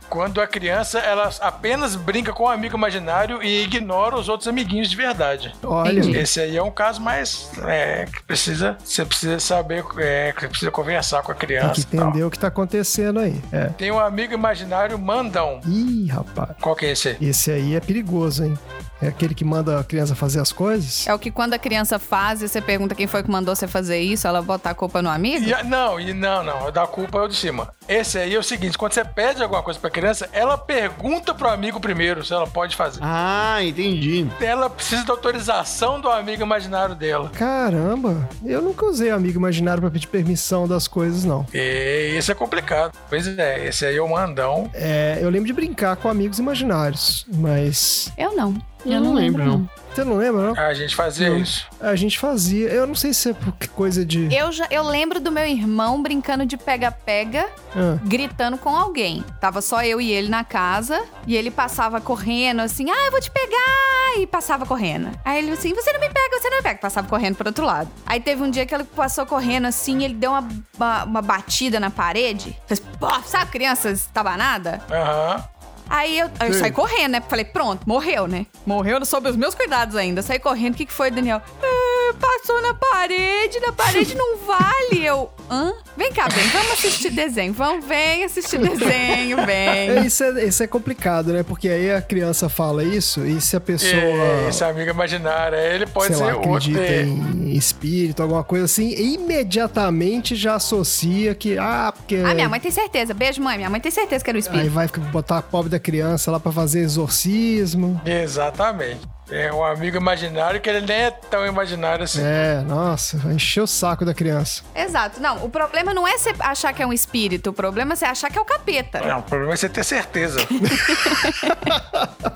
Speaker 2: Quando a criança, ela apenas brinca com o amigo imaginário e ignora os outros amiguinhos de verdade.
Speaker 4: Olha.
Speaker 3: Entendi.
Speaker 2: Esse aí é um caso mais. É, que precisa. Você precisa saber. É, que precisa conversar com a
Speaker 4: Tem
Speaker 2: criança.
Speaker 4: que
Speaker 2: e tal.
Speaker 4: entender o que tá acontecendo aí. É.
Speaker 2: Tem um amigo imaginário mandão.
Speaker 4: Ih, rapaz.
Speaker 2: Qual que é esse? aí?
Speaker 4: Esse aí é perigoso, hein? É aquele que manda a criança fazer as coisas?
Speaker 3: É o que quando a criança faz e você pergunta quem foi que mandou você fazer isso, ela bota a culpa no amigo?
Speaker 2: E a- não, e não, não. Da culpa é o de cima. Esse aí é o seguinte: quando você pede alguma coisa pra criança, ela pergunta pro amigo primeiro se ela pode fazer.
Speaker 1: Ah, entendi.
Speaker 2: ela precisa da autorização do amigo imaginário dela.
Speaker 4: Caramba, eu nunca usei amigo imaginário pra pedir permissão das coisas, não.
Speaker 2: E isso é complicado. Pois é, esse aí é o mandão.
Speaker 4: É, eu lembro de brincar com amigos imaginários, mas
Speaker 3: Eu não.
Speaker 1: Eu não lembro, não.
Speaker 4: você não lembra, não?
Speaker 2: A gente fazia isso.
Speaker 4: A gente fazia, eu não sei se é por que coisa de.
Speaker 3: Eu, já, eu lembro do meu irmão brincando de pega-pega,
Speaker 4: Ah.
Speaker 3: gritando com alguém. Tava só eu e ele na casa, e ele passava correndo assim, ah, eu vou te pegar! E passava correndo. Aí ele assim, você não me pega, você não me pega. Passava correndo pro outro lado. Aí teve um dia que ele passou correndo assim, ele deu uma, uma, uma batida na parede. Fez, pô, sabe criança estabanada?
Speaker 2: Aham.
Speaker 3: Aí eu, aí eu saí correndo, né? Falei, pronto, morreu, né? Morreu sob os meus cuidados ainda. Saí correndo, o que, que foi, Daniel? "É, passou na parede, na parede não vale. Eu, hã? Vem cá, vem, vamos assistir desenho. Vamos, vem assistir desenho,
Speaker 4: É,
Speaker 3: vem.
Speaker 4: isso, é, isso é complicado, né? Porque aí a criança fala isso e se a pessoa.
Speaker 2: E Esse amigo imaginário, aí ele É, pode
Speaker 4: sei
Speaker 2: ser
Speaker 4: lá,
Speaker 2: outro. é.
Speaker 4: acredita em espírito, alguma coisa assim, imediatamente já associa que, ah, porque...
Speaker 3: Ah, minha mãe tem certeza. Beijo, mãe. Minha mãe tem certeza que era o
Speaker 4: Aí
Speaker 3: espírito.
Speaker 4: vai botar a pobre da criança lá pra fazer exorcismo.
Speaker 2: Exatamente. É um amigo imaginário que ele nem é tão imaginário assim.
Speaker 4: É, nossa, vai encher o saco da criança.
Speaker 3: Exato. Não, o problema não é você achar que é um espírito, o problema é você achar que é o capeta.
Speaker 2: Não, o problema é você ter certeza.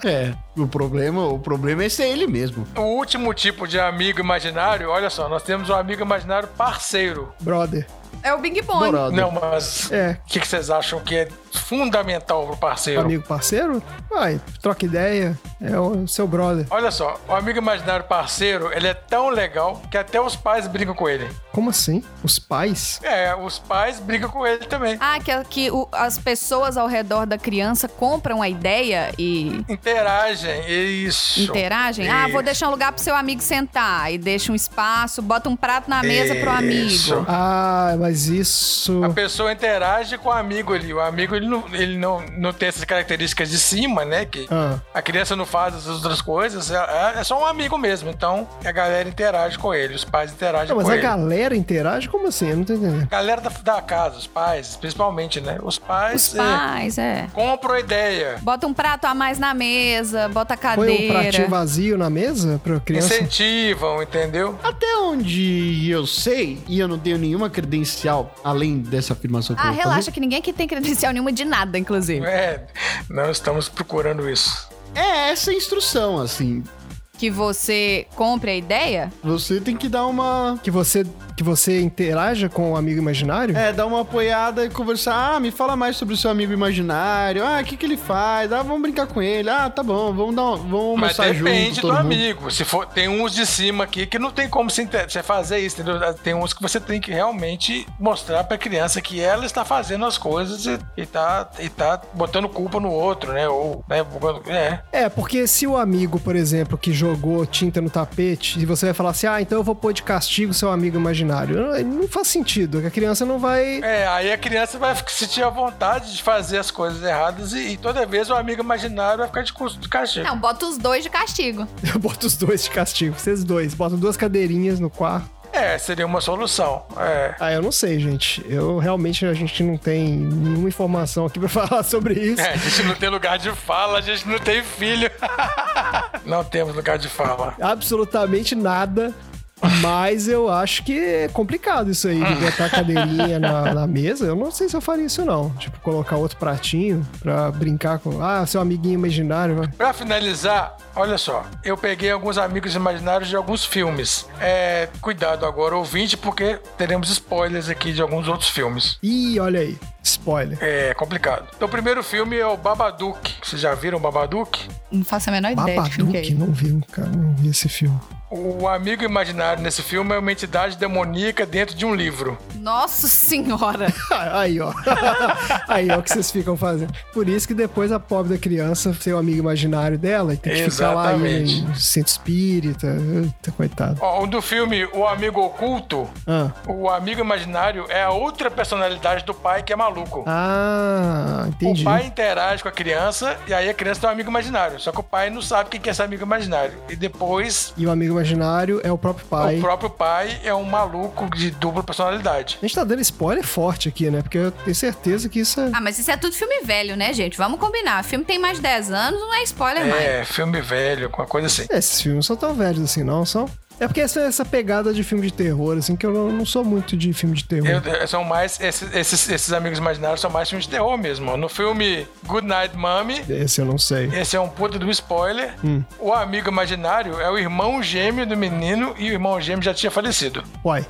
Speaker 1: É, o problema, o problema é ser ele mesmo.
Speaker 2: o último tipo de amigo imaginário, olha só, nós temos um amigo imaginário parceiro.
Speaker 4: Brother.
Speaker 3: É o Big Bong.
Speaker 1: Morado.
Speaker 2: Não, mas o
Speaker 4: É.
Speaker 2: que, que vocês acham que é fundamental pro parceiro?
Speaker 4: Amigo parceiro? Vai, troca ideia. É o seu brother.
Speaker 2: Olha só, o amigo imaginário parceiro, ele é tão legal que até os pais brincam com ele.
Speaker 4: Como assim? Os pais?
Speaker 2: É, os pais brigam com ele também.
Speaker 3: Ah, que, que o- as pessoas ao redor da criança compram a ideia e
Speaker 2: Interagem, isso.
Speaker 3: interagem? Ah, vou
Speaker 2: Isso.
Speaker 3: deixar um lugar pro seu amigo sentar. E deixa um espaço, bota um prato na mesa pro
Speaker 2: Isso.
Speaker 3: amigo.
Speaker 4: Ah, mas isso.
Speaker 2: A pessoa interage com o amigo ali. O amigo ele não, ele não, não tem essas características de cima, né? Que
Speaker 4: Ah.
Speaker 2: a criança não faz as outras coisas. É, é só um amigo mesmo. Então a galera interage com ele, os pais interagem
Speaker 4: Não, mas
Speaker 2: com
Speaker 4: a
Speaker 2: ele.
Speaker 4: galera interage? Como assim? Eu não tô entendendo.
Speaker 2: A galera da, da casa, os pais, principalmente, né? Os pais,
Speaker 3: Os
Speaker 2: é,
Speaker 3: pais, é.
Speaker 2: compram a ideia,
Speaker 3: Bota um prato a mais na mesa, bota a
Speaker 4: Põe um
Speaker 3: cadeira.
Speaker 4: pratinho vazio na mesa pra criança?
Speaker 2: incentivam, entendeu?
Speaker 1: Até onde eu sei, e eu não tenho nenhuma credencial além dessa afirmação que
Speaker 3: ah,
Speaker 1: eu vou
Speaker 4: né?
Speaker 3: relaxa que ninguém aqui tem credencial nenhuma de nada, inclusive.
Speaker 2: É, não estamos procurando isso.
Speaker 1: fazer. É essa a instrução, assim.
Speaker 3: Que você compre a ideia?
Speaker 1: Você tem que dar uma.
Speaker 4: Que você, que você interaja com o amigo imaginário?
Speaker 1: É, dar uma apoiada e conversar. Ah, me fala mais sobre o seu amigo imaginário. Ah, o que, que ele faz? Ah, vamos brincar com ele. Ah, tá bom, vamos, dar um, vamos
Speaker 2: Mas
Speaker 1: almoçar
Speaker 2: depende
Speaker 1: junto.
Speaker 2: do
Speaker 1: todo mundo.
Speaker 2: amigo. Se for, tem uns de cima aqui que não tem como se inter- você fazer isso, entendeu? Ah, Tem uns que você tem que realmente mostrar pra criança que ela está fazendo as coisas e, e, tá, e tá botando culpa no outro, né? Ou, né? É.
Speaker 4: É, porque se o amigo, por exemplo, que jogou tinta no tapete, e você vai falar assim, ah, então eu vou pôr de castigo seu amigo imaginário. Não, não faz sentido, que a criança não vai...
Speaker 2: É, aí a criança vai ficar- sentir a vontade de fazer as coisas erradas e, e toda vez o amigo imaginário vai ficar de custo de castigo.
Speaker 3: Não, bota os dois de castigo.
Speaker 4: Eu boto os dois de castigo, vocês dois. Botam duas cadeirinhas no quarto.
Speaker 2: É, seria uma solução. É.
Speaker 4: Ah, eu não sei, gente. Eu realmente, a gente não tem nenhuma informação aqui pra falar sobre isso.
Speaker 2: É, a gente não tem lugar de fala, a gente não tem filho. não temos lugar de fala.
Speaker 4: absolutamente nada. Mas eu acho que é complicado isso aí, de botar a cadeirinha na, na mesa. Eu não sei se eu faria isso, não. Tipo, colocar outro pratinho pra brincar com. Ah, seu amiguinho imaginário. vai.
Speaker 2: Pra finalizar, olha só, eu peguei alguns amigos imaginários de alguns filmes. É, cuidado agora, ouvinte, porque teremos spoilers aqui de alguns outros filmes.
Speaker 4: Ih, olha aí. Spoiler.
Speaker 2: É complicado. Então, o primeiro filme é o Babadook. Vocês já viram o Babadook?
Speaker 3: Não faço a menor ideia de quem que é
Speaker 4: Babadook, né?
Speaker 3: ele.
Speaker 4: não viu, cara. Não vi esse filme.
Speaker 2: O amigo imaginário nesse filme é uma entidade demoníaca dentro de um livro.
Speaker 3: Nossa senhora!
Speaker 4: Aí, ó. aí, ó, o que vocês ficam fazendo. Por isso que depois a pobre da criança tem o amigo imaginário dela e tem que
Speaker 2: Exatamente.
Speaker 4: ficar lá em centro espírita. Eita, coitado.
Speaker 2: Ó, o do filme O Amigo Oculto,
Speaker 4: Ah.
Speaker 2: o amigo imaginário é a outra personalidade do pai que é maluco.
Speaker 4: Ah, entendi.
Speaker 2: O pai interage com a criança e aí a criança tem um amigo imaginário. Só que o pai não sabe quem que é esse amigo imaginário. E depois
Speaker 4: E o amigo imaginário é o próprio pai.
Speaker 2: o próprio pai é um maluco de dupla personalidade.
Speaker 4: A gente tá dando spoiler forte aqui, né? Porque eu tenho certeza que isso é.
Speaker 3: Ah, mas isso é tudo filme velho, né, gente? Vamos combinar. filme tem mais de 10 anos, não é spoiler mais.
Speaker 2: É, filme velho, alguma coisa assim.
Speaker 4: É, Esses filmes não são tão velhos assim, não, são? É porque essa, essa pegada de filme de terror, assim, que eu não, não sou muito de filme de terror.
Speaker 2: Eu- eu- são mais. Esses, esses, esses amigos imaginários são mais filmes de terror mesmo. No filme Good Night Mommy.
Speaker 4: Esse eu não sei.
Speaker 2: Esse é um puta do spoiler. O amigo imaginário é o irmão gêmeo do menino e o irmão gêmeo já tinha falecido.
Speaker 4: Uai.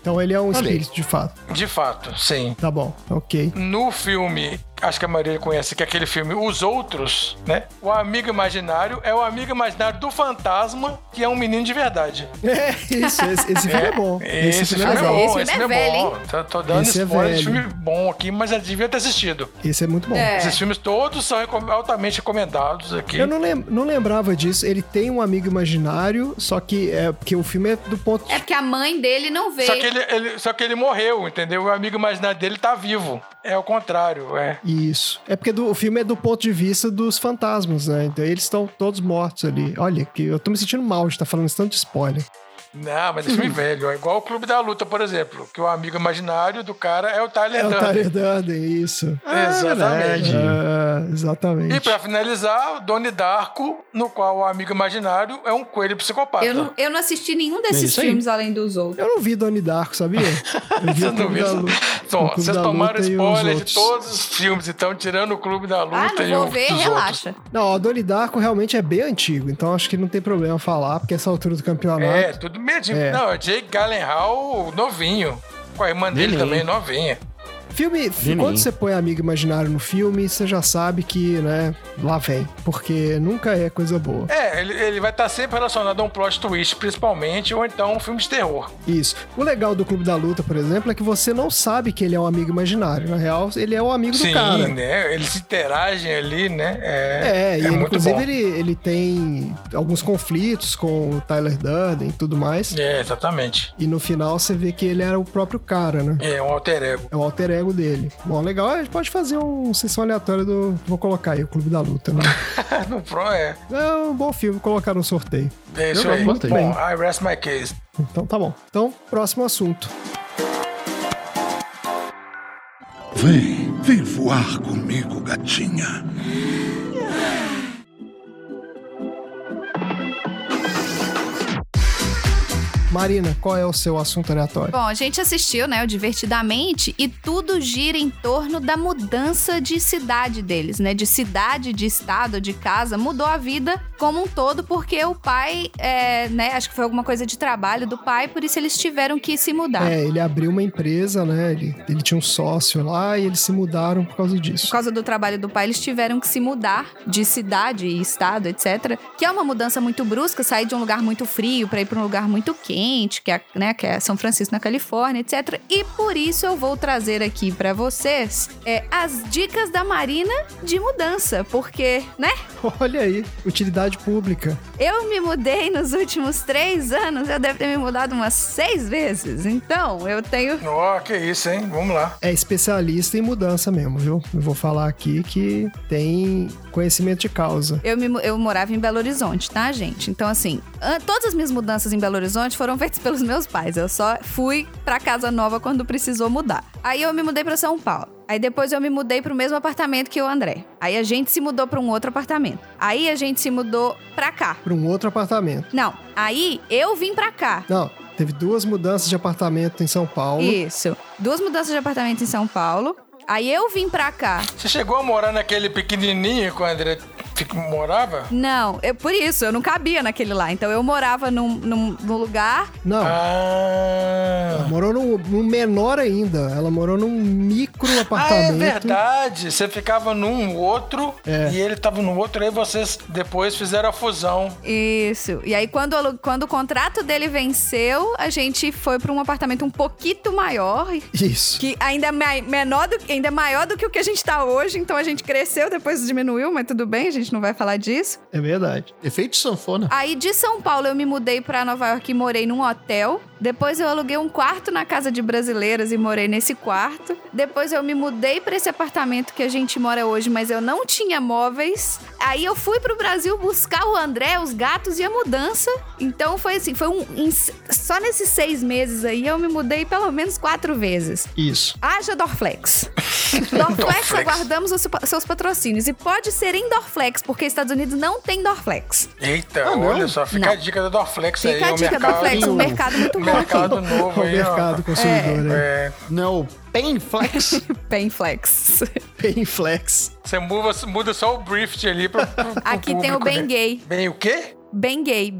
Speaker 4: Então ele é um
Speaker 1: Olha aí.
Speaker 4: espírito, de fato.
Speaker 2: De fato, sim.
Speaker 4: Tá bom, ok.
Speaker 2: no filme, acho que a maioria conhece, que é aquele filme Os Outros, né? O amigo imaginário é o amigo imaginário do fantasma, que é um menino de verdade.
Speaker 4: É, isso, esse, esse filme é bom. Esse, filme é legal.
Speaker 3: bom. Esse filme é velho,
Speaker 2: bom. Tô, tô dando
Speaker 4: Esse é
Speaker 2: spoiler de
Speaker 4: velho.
Speaker 2: filme bom aqui, mas já devia ter assistido.
Speaker 4: Esse é muito bom.
Speaker 3: É.
Speaker 2: Esses filmes todos são recom- altamente recomendados aqui.
Speaker 4: Eu não, lem- não lembrava disso. Ele tem um amigo imaginário, só que é porque o filme é do ponto
Speaker 3: É porque a mãe dele não veio.
Speaker 2: Só que ele, ele- só que ele morreu, entendeu? O amigo imaginário dele tá vivo. É o contrário, é.
Speaker 4: Isso. É porque do- o filme é do ponto de vista dos fantasmas, né? Então eles estão todos mortos ali. Olha, que eu tô me sentindo mal de estar falando isso tanto de spoiler.
Speaker 2: Não, mas é filme velho. É igual o Clube da Luta, por exemplo. Que o amigo imaginário do cara é o Tyler
Speaker 4: É o
Speaker 2: Durden.
Speaker 4: Tyler Durden, isso.
Speaker 2: Exatamente.
Speaker 4: É, exatamente.
Speaker 2: E pra finalizar, Donnie Darko, no qual o amigo imaginário é um coelho psicopata.
Speaker 3: Eu não, eu não assisti nenhum
Speaker 8: É
Speaker 3: desses
Speaker 8: isso aí.
Speaker 3: filmes além dos outros.
Speaker 4: Eu não vi Donnie Darko, sabia? Eu vi
Speaker 2: Vocês
Speaker 4: o
Speaker 2: não
Speaker 4: Clube da
Speaker 2: viram?
Speaker 4: Luta.
Speaker 2: Então,
Speaker 4: o Clube
Speaker 2: vocês
Speaker 4: da
Speaker 2: tomaram
Speaker 4: Luta e os
Speaker 2: spoiler de
Speaker 4: outros.
Speaker 2: todos os filmes, então, tirando o Clube da Luta
Speaker 3: Ah,
Speaker 2: e
Speaker 3: não vou
Speaker 2: o,
Speaker 3: ver,
Speaker 2: dos outros.
Speaker 3: relaxa.
Speaker 4: Não, o Donnie Darko realmente é bem antigo, então acho que não tem problema falar, porque essa altura do campeonato...
Speaker 2: É, tudo medinho.
Speaker 4: É.
Speaker 2: Não, é Jake Gallenhall novinho. Com a irmã dele
Speaker 8: Neném.
Speaker 2: também, novinha.
Speaker 4: Filme,
Speaker 8: Neném.
Speaker 4: quando você põe amigo imaginário no filme, você já sabe que, né, lá vem. Porque nunca é coisa boa.
Speaker 2: É, ele, ele vai estar sempre relacionado a um plot twist, principalmente, ou então um filme de terror.
Speaker 4: Isso. O legal do Clube da Luta, por exemplo, é que você não sabe que ele é um amigo imaginário. Na real, ele é o amigo
Speaker 2: Sim,
Speaker 4: do cara.
Speaker 2: né? Eles interagem ali, né? É,
Speaker 4: É,
Speaker 2: é,
Speaker 4: e ele,
Speaker 2: muito
Speaker 4: inclusive
Speaker 2: bom.
Speaker 4: ele, ele tem alguns conflitos com o Tyler Durden e tudo mais.
Speaker 2: É, exatamente.
Speaker 4: E no final você vê que ele era o próprio cara, né?
Speaker 2: É um alter ego.
Speaker 4: É o alter ego dele. Bom, legal, a gente pode fazer uma sessão aleatória do. Vou colocar aí o Clube da Luta, né?
Speaker 2: Não, pro- é,
Speaker 4: é um bom filme, vou colocar no sorteio.
Speaker 2: é isso
Speaker 8: Eu
Speaker 2: aí.
Speaker 8: gostei.
Speaker 2: Bom, I rest my case.
Speaker 4: Então tá bom. Então, próximo assunto.
Speaker 5: Vem, vem voar comigo, gatinha.
Speaker 4: Marina, qual é o seu assunto aleatório?
Speaker 3: Bom, a gente assistiu, né, o Divertidamente, e tudo gira em torno da mudança de cidade deles, né? De cidade, de estado, de casa. Mudou a vida como um todo, porque o pai, é, né, acho que foi alguma coisa de trabalho do pai, por isso eles tiveram que se
Speaker 2: Tá.
Speaker 3: mudar.
Speaker 4: É, ele abriu uma empresa, né? Ele, ele tinha um sócio lá e eles se mudaram por causa
Speaker 3: Por
Speaker 4: disso.
Speaker 3: causa do trabalho do pai, eles tiveram que se mudar de cidade e estado, etc. Que é uma mudança muito brusca, sair de um lugar muito frio para ir para um lugar muito quente, que é, né, que é São Francisco na Califórnia, etc. E por isso eu vou trazer aqui para vocês é, as dicas da Marina de mudança, porque, né?
Speaker 4: Olha aí, utilidade pública.
Speaker 3: Eu me mudei nos últimos três anos, eu devo ter me mudado umas seis vezes. Então eu tenho
Speaker 2: Ó, que isso, hein? Vamos lá.
Speaker 4: É especialista em mudança mesmo, viu? Eu vou falar aqui que tem conhecimento de causa.
Speaker 3: Eu, me mu- eu morava em Belo Horizonte, tá, gente? Então, assim, an- todas as minhas mudanças em Belo Horizonte foram feitas pelos meus pais. Eu só fui pra casa nova quando precisou mudar. Aí eu me mudei pra São Paulo. Aí depois eu me mudei pro mesmo apartamento que o André. Aí a gente se mudou pra um outro apartamento. Aí a gente se mudou pra cá.
Speaker 4: Para um outro apartamento.
Speaker 3: Não, aí eu vim pra cá.
Speaker 4: Não, teve duas mudanças de apartamento em São Paulo.
Speaker 3: Isso. Duas mudanças de apartamento em São Paulo. Aí eu vim pra cá.
Speaker 2: Você chegou a morar naquele pequenininho que o André fica- morava?
Speaker 3: Não, eu, por isso, eu não cabia naquele lá. Então eu morava num- num- num lugar
Speaker 4: Não.
Speaker 2: Ah.
Speaker 4: ela Morou num, num menor ainda. Ela morou num micro
Speaker 2: Ah, é
Speaker 4: apartamento. É.
Speaker 2: verdade. Você ficava num outro e ele tava no outro, aí vocês depois fizeram a fusão.
Speaker 3: Isso. E aí, quando, o alu- quando o contrato dele venceu, a gente foi pra um apartamento um pouquinho maior,
Speaker 4: Isso.
Speaker 3: que ainda é, mai- menor do, ainda é maior do que o que a gente tá hoje. Então, a gente cresceu, depois diminuiu, mas tudo bem, a gente não vai falar disso.
Speaker 4: É verdade.
Speaker 8: Efeito sanfona.
Speaker 3: Aí, de São Paulo, eu me mudei pra Nova York e morei num hotel. Depois, eu aluguei um quarto na casa de brasileiras e morei nesse quarto. Depois, eu me mudei pra esse apartamento que a gente mora hoje, mas eu não tinha móveis. Aí, eu fui pro Brasil buscar o André, os gatos e a mudança. Então foi assim, foi um. em- só nesses seis meses aí eu me mudei pelo menos quatro vezes.
Speaker 4: Isso.
Speaker 3: Haja Dorflex. Dorflex, aguardamos os pa- seus patrocínios. E pode ser em Dorflex, porque Estados Unidos não tem Dorflex.
Speaker 2: Eita,
Speaker 4: Ah, não?
Speaker 2: olha só, fica
Speaker 3: Não.
Speaker 2: a dica da Dorflex aí,
Speaker 3: Fica a
Speaker 2: o
Speaker 3: dica
Speaker 2: mercado,
Speaker 3: Dorflex, um mercado muito
Speaker 2: o
Speaker 3: bom aqui.
Speaker 2: mercado novo
Speaker 4: O
Speaker 2: aí, ó.
Speaker 4: mercado consumidor, né?
Speaker 2: É,
Speaker 1: Não, Penflex.
Speaker 3: Penflex.
Speaker 4: Penflex.
Speaker 2: você muda, muda só o brief ali pro, pro, pro
Speaker 3: Aqui tem o
Speaker 2: público,
Speaker 3: Ben
Speaker 2: né?
Speaker 3: Gay.
Speaker 2: Bem o quê?
Speaker 3: Ben Gay,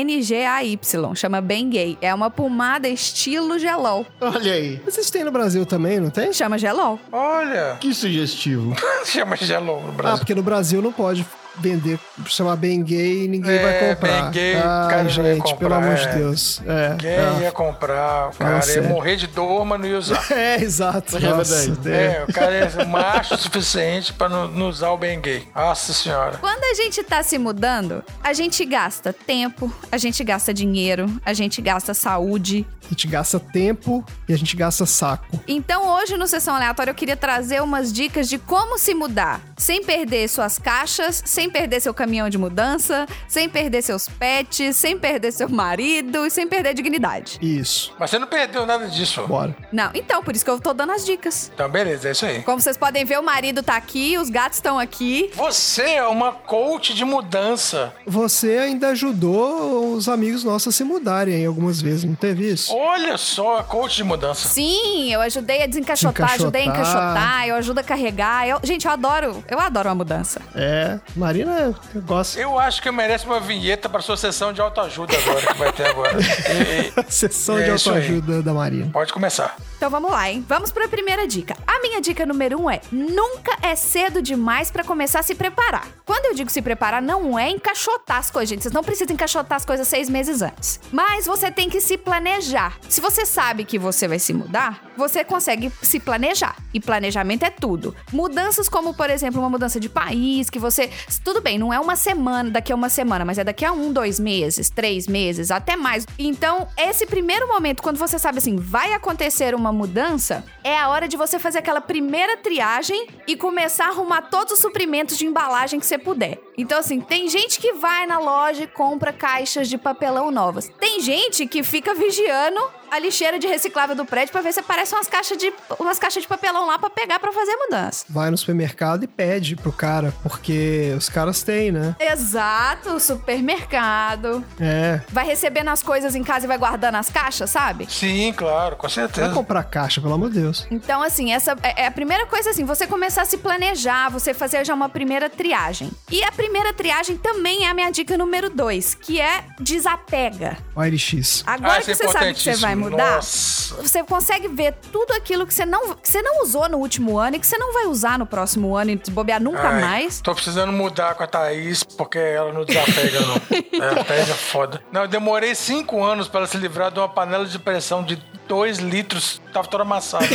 Speaker 3: B-E-N-G-A-Y. Chama Ben Gay. É uma pomada estilo gelol.
Speaker 1: Olha aí,
Speaker 4: Mas isso tem no Brasil também, não tem?
Speaker 3: Chama gelol.
Speaker 2: Olha,
Speaker 1: que sugestivo.
Speaker 2: chama gelo no
Speaker 4: Ah,
Speaker 2: Brasil.
Speaker 4: porque no Brasil não pode vender, chamar bem gay e ninguém
Speaker 2: É,
Speaker 4: vai comprar.
Speaker 2: bem gay,
Speaker 4: Ai,
Speaker 2: o cara não ia
Speaker 4: gente,
Speaker 2: comprar,
Speaker 4: pelo amor de
Speaker 2: é.
Speaker 4: Deus. É,
Speaker 2: Quem
Speaker 3: Ah.
Speaker 4: é.
Speaker 2: ia comprar? O cara ia
Speaker 3: é.
Speaker 4: sério.
Speaker 2: morrer de dor, mas não ia usar.
Speaker 4: É, exato. Nossa,
Speaker 1: verdade.
Speaker 4: é.
Speaker 2: É, o cara é macho o suficiente pra não, não usar o Ben Gay. Nossa senhora.
Speaker 3: Quando a gente tá se mudando, a gente gasta tempo, a gente gasta dinheiro, a gente gasta saúde.
Speaker 4: A gente gasta tempo e a gente gasta saco.
Speaker 3: Então hoje no Sessão Aleatória eu queria trazer umas dicas de como se mudar. sem perder suas caixas, sem perder seu caminhão de mudança, sem perder seus pets, sem perder seu marido e sem perder a dignidade.
Speaker 4: Isso.
Speaker 2: Mas você não perdeu nada disso.
Speaker 4: Bora.
Speaker 3: Não, então, por isso que eu tô dando as dicas.
Speaker 2: Então, beleza, é isso aí.
Speaker 3: Como vocês podem ver, o marido tá aqui, os gatos estão aqui.
Speaker 2: Você é uma coach de mudança.
Speaker 4: Você ainda ajudou os amigos nossos a se mudarem aí algumas vezes, não teve isso?
Speaker 2: Olha só, a coach de mudança.
Speaker 3: Sim, eu ajudei a desencaixotar,
Speaker 4: Encaixotar.
Speaker 3: ajudei a encaixotar, eu ajudo a carregar. Eu- gente, eu adoro, eu adoro a mudança.
Speaker 2: Oh.
Speaker 4: É. Marina gosta.
Speaker 2: Eu acho que merece uma vinheta para sua sessão de autoajuda agora, que vai ter agora. E- e-
Speaker 4: Sessão
Speaker 2: É
Speaker 4: de
Speaker 2: isso aí.
Speaker 4: autoajuda da Marina.
Speaker 2: pode começar.
Speaker 3: Então vamos lá, hein? Vamos pra primeira dica. A minha dica número um é: nunca é cedo demais pra começar a se preparar. Quando eu digo se preparar, não é encaixotar as coisas, gente. Vocês não precisam encaixotar as coisas seis meses antes. Mas você tem que se planejar. Se você sabe que você vai se mudar, você consegue se planejar. E planejamento é tudo. Mudanças como, por exemplo, uma mudança de país, que você. Tudo bem, não é uma semana, daqui a uma semana, mas é daqui a um, dois meses, três meses, até mais. Então, esse primeiro momento, quando você sabe assim, vai acontecer uma mudança, é a hora de você fazer aquela primeira triagem e começar a arrumar todos os suprimentos de embalagem que você puder. Então, assim, tem gente que vai na loja e compra caixas de papelão novas. Tem gente que fica vigiando a lixeira de reciclável do prédio pra ver se aparecem umas caixas de, umas caixas de papelão lá pra pegar pra fazer a mudança.
Speaker 4: Vai no supermercado e pede pro cara, porque os caras têm, né?
Speaker 3: Exato, supermercado.
Speaker 4: É.
Speaker 3: Vai recebendo as coisas em casa e vai guardando as caixas, sabe?
Speaker 2: Sim, claro, com
Speaker 4: Vai
Speaker 2: certeza. Ah,
Speaker 4: comprar caixa, pelo amor de Deus.
Speaker 3: Então, assim, essa é é a primeira coisa, assim, você começar a se planejar, você fazer já uma primeira triagem. E a primeira triagem também é a minha dica número dois, que é desapega.
Speaker 4: OLX.
Speaker 3: Agora
Speaker 2: Ah, isso
Speaker 3: que você sabe que você vai
Speaker 2: é importantíssimo.
Speaker 3: mudar,
Speaker 2: Nossa.
Speaker 3: você consegue ver tudo aquilo que você, não, que você não usou no último ano e que você não vai usar no próximo ano e se bobear nunca
Speaker 2: Ai,
Speaker 3: mais.
Speaker 2: Tô precisando mudar com a Thaís, porque ela não desapega, não. É, a Thaís é foda. Não, eu demorei cinco anos pra ela se livrar de uma panela de pressão de dois litros. Tava toda amassada.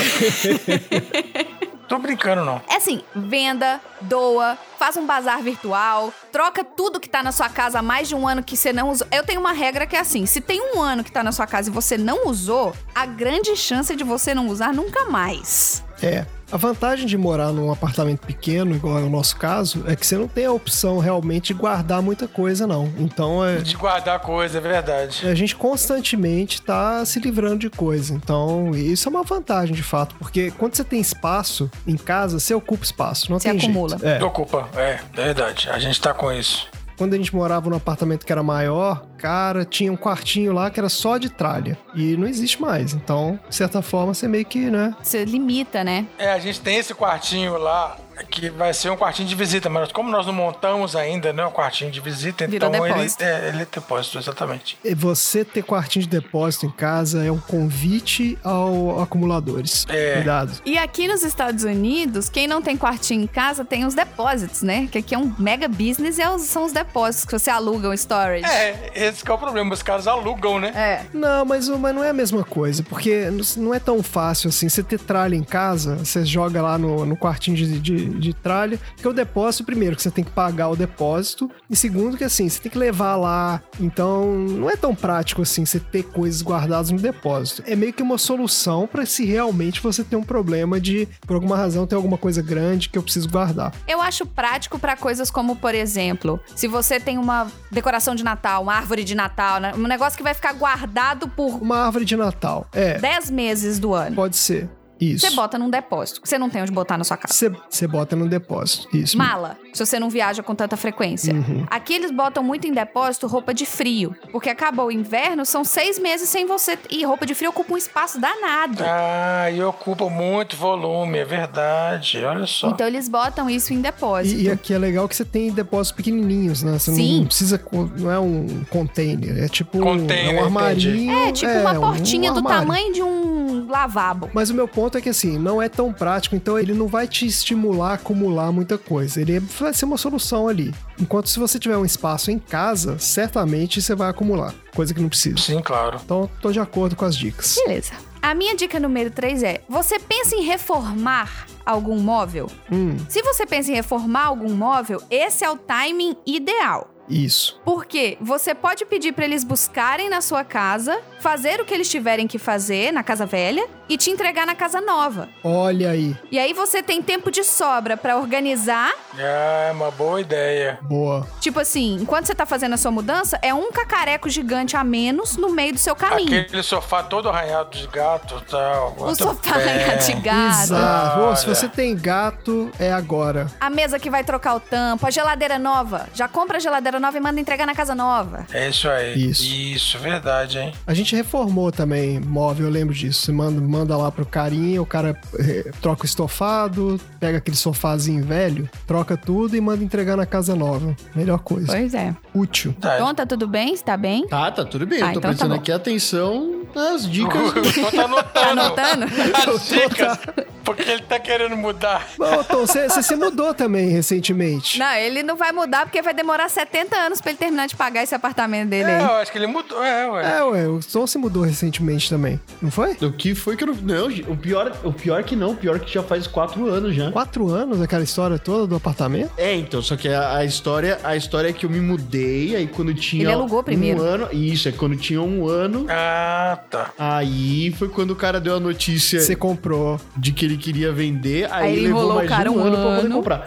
Speaker 2: tô brincando, não.
Speaker 3: É assim, venda, doa, faz um bazar virtual, troca tudo que tá na sua casa há mais de um ano que você não usou. Eu tenho uma regra que é assim, se tem um ano que tá na sua casa e você não usou, a grande chance é de você não usar nunca mais.
Speaker 4: É. A vantagem de morar num apartamento pequeno, igual é o nosso caso, é que você não tem a opção realmente de guardar muita coisa, não. Então é.
Speaker 2: De guardar coisa, é verdade.
Speaker 4: A gente constantemente tá se livrando de coisa. Então, isso é uma vantagem, de fato. Porque quando você tem espaço em casa, você ocupa espaço. Não
Speaker 3: Você
Speaker 4: tem
Speaker 3: acumula.
Speaker 4: jeito. É.
Speaker 2: Ocupa, é, verdade. A gente tá com isso.
Speaker 4: Quando a gente morava num apartamento que era maior, cara, tinha um quartinho lá que era só de tralha. E não existe mais. Então, de certa forma, você meio que, né?
Speaker 3: Você limita, né?
Speaker 2: É, a gente tem esse quartinho lá, que vai ser um quartinho de visita, mas como nós não montamos ainda, né? Um quartinho de visita,
Speaker 3: Virou
Speaker 2: então ele
Speaker 3: depósito.
Speaker 2: é, ele é depósito, exatamente.
Speaker 4: E Você ter quartinho de depósito em casa é um convite ao acumuladores.
Speaker 2: É.
Speaker 4: Cuidado.
Speaker 3: E aqui nos Estados Unidos, quem não tem quartinho em casa tem os depósitos, né? Que aqui é um mega business e é os- são os depósitos que você aluga o storage.
Speaker 2: É, esse que é o problema, os caras alugam, né?
Speaker 3: É.
Speaker 4: Não, mas, mas não é a mesma coisa, porque não é tão fácil assim. Você ter tralha em casa, você joga lá no, no quartinho de, de, de tralha, porque o depósito, primeiro, que você tem que pagar o depósito, e segundo, que assim, você tem que levar lá. Então, não é tão prático assim você ter coisas guardadas no depósito. É meio que uma solução pra se realmente você ter um problema de, por alguma razão, ter alguma coisa grande que eu preciso guardar.
Speaker 3: Eu acho prático pra coisas como, por exemplo, se você tem uma decoração de Natal, uma árvore de Natal, né? um negócio que vai ficar guardado por
Speaker 4: Uma árvore de Natal. É,
Speaker 3: 10 meses do ano.
Speaker 4: pode ser. Isso.
Speaker 3: Você bota num depósito, que você não tem onde botar na sua casa.
Speaker 4: Você você bota no depósito. Isso.
Speaker 3: Mala, se você não viaja com tanta frequência.
Speaker 4: Uhum.
Speaker 3: Aqui eles botam muito em depósito roupa de frio, porque acabou o inverno, são seis meses sem você. E roupa de frio ocupa um espaço danado.
Speaker 4: É,
Speaker 2: Ah, e ocupa muito volume, é verdade. Olha só.
Speaker 3: Então eles botam isso em depósito.
Speaker 4: E, e aqui é legal que você tem depósitos pequenininhos, né? Você
Speaker 3: Sim.
Speaker 4: não precisa. co- Não é um container. É tipo. um-
Speaker 2: Container,
Speaker 4: é um armarinho.
Speaker 3: É, tipo uma
Speaker 4: um-
Speaker 3: portinha
Speaker 4: um
Speaker 3: do
Speaker 4: armário.
Speaker 3: tamanho de um lavabo.
Speaker 4: Mas o meu ponto é que assim, não é tão prático, então ele não vai te estimular a acumular muita coisa. Ele é, vai ser uma solução ali. Enquanto se você tiver um espaço em casa, certamente você vai acumular, coisa que não precisa.
Speaker 2: Sim, claro.
Speaker 4: Então, tô de acordo com as dicas.
Speaker 3: Beleza. A minha dica número 3 é: você pensa em reformar algum móvel?
Speaker 4: Hum,
Speaker 3: Se você pensa em reformar algum móvel, esse é o timing ideal.
Speaker 4: Isso.
Speaker 3: Porque você pode pedir pra eles buscarem na sua casa, fazer o que eles tiverem que fazer na casa velha e te entregar na casa nova.
Speaker 4: Olha aí.
Speaker 3: E aí você tem tempo de sobra pra organizar.
Speaker 2: É uma boa ideia.
Speaker 4: Boa.
Speaker 3: Tipo assim, enquanto você tá fazendo a sua mudança, é um cacareco gigante a menos no meio do seu caminho.
Speaker 2: Aquele sofá todo arranhado de gato e tal.
Speaker 3: O sofá tá
Speaker 2: É.
Speaker 3: arranhado de gato.
Speaker 4: Exato. Bom, Ah, se
Speaker 2: Olha.
Speaker 4: você tem gato, é agora.
Speaker 3: A mesa que vai trocar o tampo, a geladeira nova. Já compra a geladeira nova e manda entregar na casa nova.
Speaker 2: É isso aí.
Speaker 4: Isso.
Speaker 2: Isso, verdade, hein?
Speaker 4: A gente reformou também móvel, eu lembro disso. Você manda, manda lá pro carinha, o cara eh, troca o estofado, pega aquele sofazinho velho, troca tudo e manda entregar na casa nova. Melhor coisa.
Speaker 3: Pois é.
Speaker 4: Útil.
Speaker 2: Verdade.
Speaker 3: Então, tá tudo bem? Está bem?
Speaker 1: Tá, tá tudo bem.
Speaker 3: Ah,
Speaker 1: eu tô
Speaker 3: então tá
Speaker 1: prestando
Speaker 3: bom.
Speaker 1: aqui atenção nas dicas.
Speaker 2: O Tom tá
Speaker 3: Tá
Speaker 2: anotando.
Speaker 3: anotando?
Speaker 2: As dicas. Porque ele tá querendo mudar.
Speaker 4: Bom, Tom, você você se mudou também recentemente.
Speaker 3: Não, ele não vai mudar porque vai demorar 70 anos pra ele terminar de pagar esse apartamento dele
Speaker 2: É,
Speaker 3: aí.
Speaker 2: eu acho que ele mudou. É, ué.
Speaker 4: É, ué, o Tom se mudou recentemente também, não foi?
Speaker 1: O que foi que eu não. Não, o pior, o pior que não, o pior que já faz quatro anos já.
Speaker 4: Quatro anos aquela história toda do apartamento?
Speaker 1: É, então, só que a, a história, a história é que eu me mudei, aí quando tinha
Speaker 3: Ele alugou
Speaker 1: um
Speaker 3: primeiro.
Speaker 1: ano, isso, é quando tinha um ano,
Speaker 2: Ah, tá.
Speaker 1: aí foi quando o cara deu a notícia
Speaker 4: Você comprou.
Speaker 1: de que ele queria vender, aí,
Speaker 3: Aí ele
Speaker 1: levou
Speaker 3: enrolou
Speaker 1: mais
Speaker 3: o cara
Speaker 1: um,
Speaker 3: um
Speaker 1: ano pra poder
Speaker 3: ano.
Speaker 1: comprar.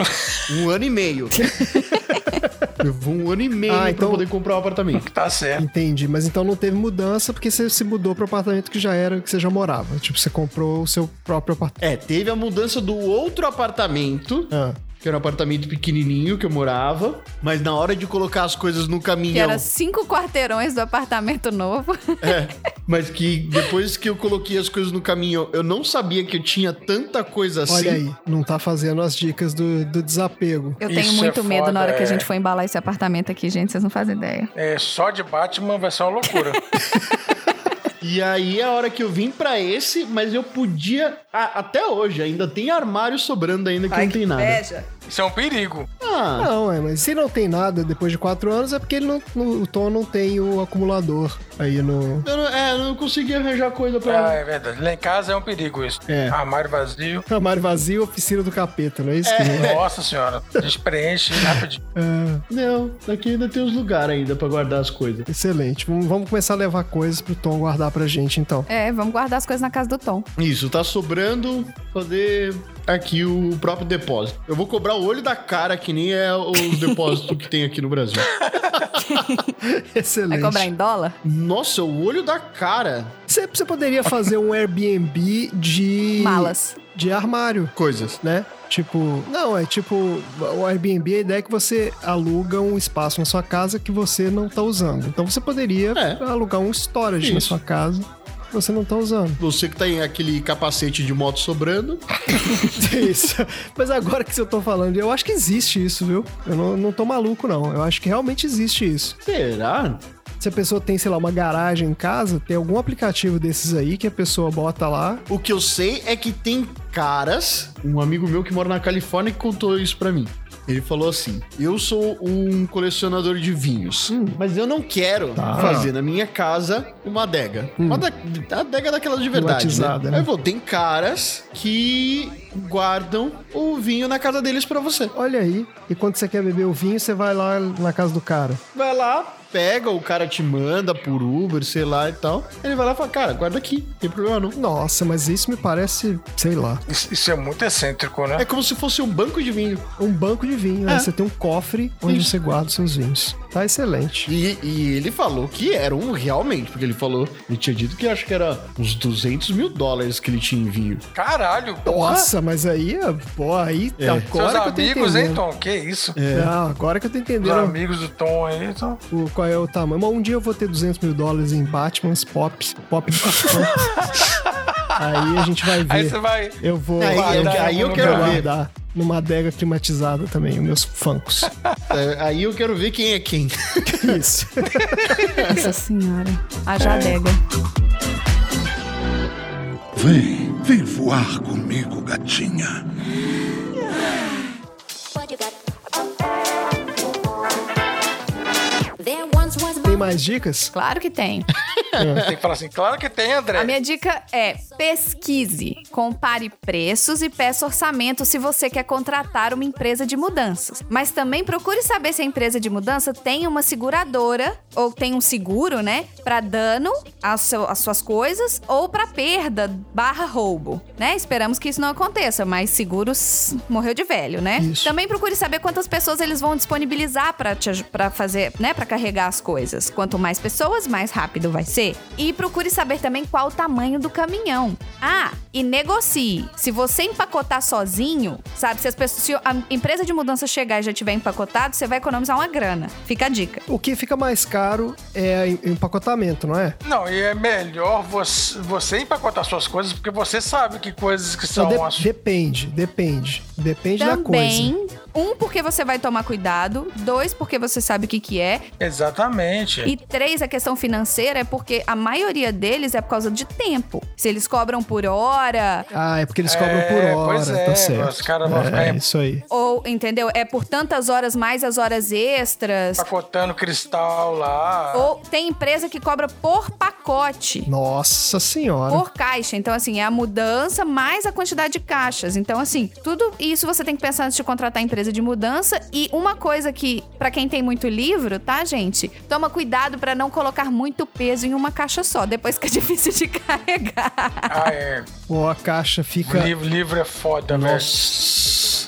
Speaker 1: Um ano e meio. levou um ano e meio
Speaker 4: Ah,
Speaker 1: pra
Speaker 4: então-
Speaker 1: poder comprar o apartamento.
Speaker 2: Tá certo.
Speaker 4: Entendi, mas então não teve mudança porque você se mudou pro apartamento que já era, que você já morava. Tipo, você comprou o seu próprio apartamento.
Speaker 1: É, teve a mudança do outro apartamento,
Speaker 4: Ah,
Speaker 1: que era um apartamento pequenininho que eu morava, mas na hora de colocar as coisas no caminhão...
Speaker 3: Que era cinco quarteirões do apartamento novo.
Speaker 1: É, mas que depois que eu coloquei as coisas no caminho, eu não sabia que eu tinha tanta coisa assim.
Speaker 4: olha aí, não tá fazendo as dicas do, do desapego.
Speaker 3: Eu tenho
Speaker 2: Isso
Speaker 3: muito
Speaker 2: é
Speaker 3: medo
Speaker 2: foda,
Speaker 3: na hora que a
Speaker 2: é.
Speaker 3: gente for embalar esse apartamento aqui, gente. Vocês não fazem ideia.
Speaker 2: É, só de Batman vai ser uma loucura.
Speaker 1: E aí a hora que eu vim pra esse, mas eu podia. a- até hoje, ainda tem armário sobrando ainda que não tem nada.
Speaker 2: Isso é um perigo.
Speaker 1: Ah,
Speaker 4: Não, é, mas se não tem nada depois de quatro anos é porque ele não, não- o Tom não tem o acumulador aí no.
Speaker 1: eu não, é, eu não consegui arranjar coisa pra.
Speaker 2: Ah, é verdade. Lá em casa é um perigo isso.
Speaker 4: É.
Speaker 2: Armário vazio.
Speaker 4: Armário vazio, oficina do capeta, não é isso?
Speaker 2: Nossa senhora. A gente preenche rapidinho.
Speaker 4: Ah,
Speaker 1: Não, aqui ainda tem uns lugares ainda pra guardar as coisas.
Speaker 4: excelente. Vamos, vamos começar a levar coisas pro Tom guardar pra gente então.
Speaker 3: É, vamos guardar as coisas na casa do Tom.
Speaker 1: Isso, tá sobrando fazer aqui o próprio depósito. Eu vou cobrar o olho da cara, que nem é o depósito que tem aqui no Brasil.
Speaker 3: Vai
Speaker 4: Excelente.
Speaker 3: cobrar em dólar?
Speaker 1: Nossa, o olho da cara.
Speaker 4: Você, você poderia fazer um Airbnb de.
Speaker 3: Malas.
Speaker 4: De armário,
Speaker 1: Coisas.
Speaker 4: né? Tipo. Não, é tipo. O Airbnb, a ideia é que você aluga um espaço na sua casa que você não tá usando. Então você poderia
Speaker 1: É.
Speaker 4: alugar um storage na
Speaker 1: Isso.
Speaker 4: sua casa que você não tá usando.
Speaker 1: Você que tá em aquele capacete de moto sobrando.
Speaker 4: Isso. Mas agora que eu tô falando, eu acho que existe isso, viu? Eu não, não tô maluco, não. Eu acho que realmente existe isso.
Speaker 1: Será?
Speaker 4: Se a pessoa tem, sei lá, uma garagem em casa, tem algum aplicativo desses aí que a pessoa bota lá.
Speaker 1: O que eu sei é que tem caras. Um amigo meu que mora na Califórnia que contou isso pra mim. Ele falou assim: Eu sou um colecionador de vinhos, Hum, Tá. mas eu não quero fazer na minha casa uma adega. Uma da- a adega daquelas de verdade.
Speaker 4: Batizada,
Speaker 1: Hum. né?
Speaker 4: né?
Speaker 1: Aí eu vou, tem caras que guardam o vinho na casa deles pra você.
Speaker 4: Olha aí. E quando você quer beber o vinho, você vai lá na casa do cara.
Speaker 1: Vai lá, pega, o cara te manda por Uber, sei lá e tal. Ele vai lá e fala: Cara, guarda aqui, não tem problema não.
Speaker 4: Nossa, mas isso me parece, sei lá,
Speaker 2: Isso, isso é muito excêntrico, né?
Speaker 1: É como se fosse um banco de vinho.
Speaker 4: um banco de vinho. né?
Speaker 1: É.
Speaker 4: Você tem um cofre onde você guarda os seus vinhos. Tá excelente.
Speaker 1: E, e ele falou que era um realmente, porque ele falou, ele tinha dito que acho que era uns 200 mil dólares que ele tinha em vinho.
Speaker 4: É
Speaker 2: Caralho.
Speaker 4: Nossa, mas aí, ó, pô, aí
Speaker 2: É. Seus
Speaker 4: agora que eu tô
Speaker 2: amigos, hein,
Speaker 4: entendendo. É.
Speaker 2: Tom? É. Que isso?
Speaker 4: Não, agora que eu tô
Speaker 2: Os
Speaker 4: entendendo
Speaker 2: amigos do Tom aí. Então...
Speaker 4: o- qual é o tamanho. Mas um dia eu vou ter 200 mil dólares em Batmans, Pops, Pop. aí a gente vai ver.
Speaker 2: Aí você vai.
Speaker 4: Eu vou.
Speaker 1: Aí-
Speaker 4: guardar
Speaker 1: aí-
Speaker 4: em
Speaker 1: aí eu
Speaker 4: algum
Speaker 1: quero
Speaker 4: lugar,
Speaker 1: ver.
Speaker 4: guardar Numa adega climatizada também, os meus funkos.
Speaker 1: É, Aí eu quero ver quem é quem.
Speaker 4: Isso.
Speaker 3: Nossa senhora. Haja adega.
Speaker 2: É.
Speaker 5: Vem, vem voar comigo, gatinha.
Speaker 8: What you got? There once was
Speaker 4: Tem mais dicas?
Speaker 3: Claro que tem.
Speaker 2: Tem que falar assim, claro que tem, André.
Speaker 3: A minha dica é: Pesquise, compare preços e peça orçamento se você quer contratar uma empresa de mudanças. Mas também procure saber se a empresa de mudança tem uma seguradora ou tem um seguro, né, para dano às seu- às suas coisas ou para perda barra roubo, né? Esperamos que isso não aconteça, mas seguros morreu de velho, né?
Speaker 4: Isso.
Speaker 3: Também procure saber quantas pessoas eles vão disponibilizar pra te aj- pra fazer, né, para carregar as coisas. Quanto mais pessoas, mais rápido vai ser. E procure saber também qual o tamanho do caminhão. Ah, e negocie. Se você empacotar sozinho, sabe, se as pessoas, se a empresa de mudança chegar e já tiver empacotado, você vai economizar uma grana. Fica a dica.
Speaker 4: O que fica mais caro é em- empacotamento, não é?
Speaker 2: Não, e é melhor você, você empacotar suas coisas, porque você sabe que coisas que são...
Speaker 4: Então, de-
Speaker 2: as-
Speaker 4: depende, depende. Depende da coisa.
Speaker 3: Também, um, porque você vai tomar cuidado. Dois, porque você sabe o que, que é.
Speaker 2: Exatamente.
Speaker 3: E três, a questão financeira é porque a maioria deles é por causa de tempo. Se eles cobram por hora,
Speaker 4: Ah, é porque eles cobram por hora,
Speaker 2: pois é,
Speaker 4: tá certo.
Speaker 2: os caras vão
Speaker 4: é,
Speaker 2: ficar em-
Speaker 4: isso aí.
Speaker 3: ou, entendeu? É por tantas horas mais as horas extras.
Speaker 2: Empacotando cristal lá.
Speaker 3: Ou tem empresa que cobra por pacote.
Speaker 4: Nossa senhora.
Speaker 3: Por caixa. Então, assim, é a mudança mais a quantidade de caixas. Então, assim, tudo isso você tem que pensar antes de contratar a empresa de mudança. E uma coisa que, pra quem tem muito livro, tá, gente? Toma cuidado pra não colocar muito peso em uma caixa só, depois que é difícil de carregar.
Speaker 2: Ah, é.
Speaker 4: Pô, a caixa fica.
Speaker 2: Livro, livro é foda, velho.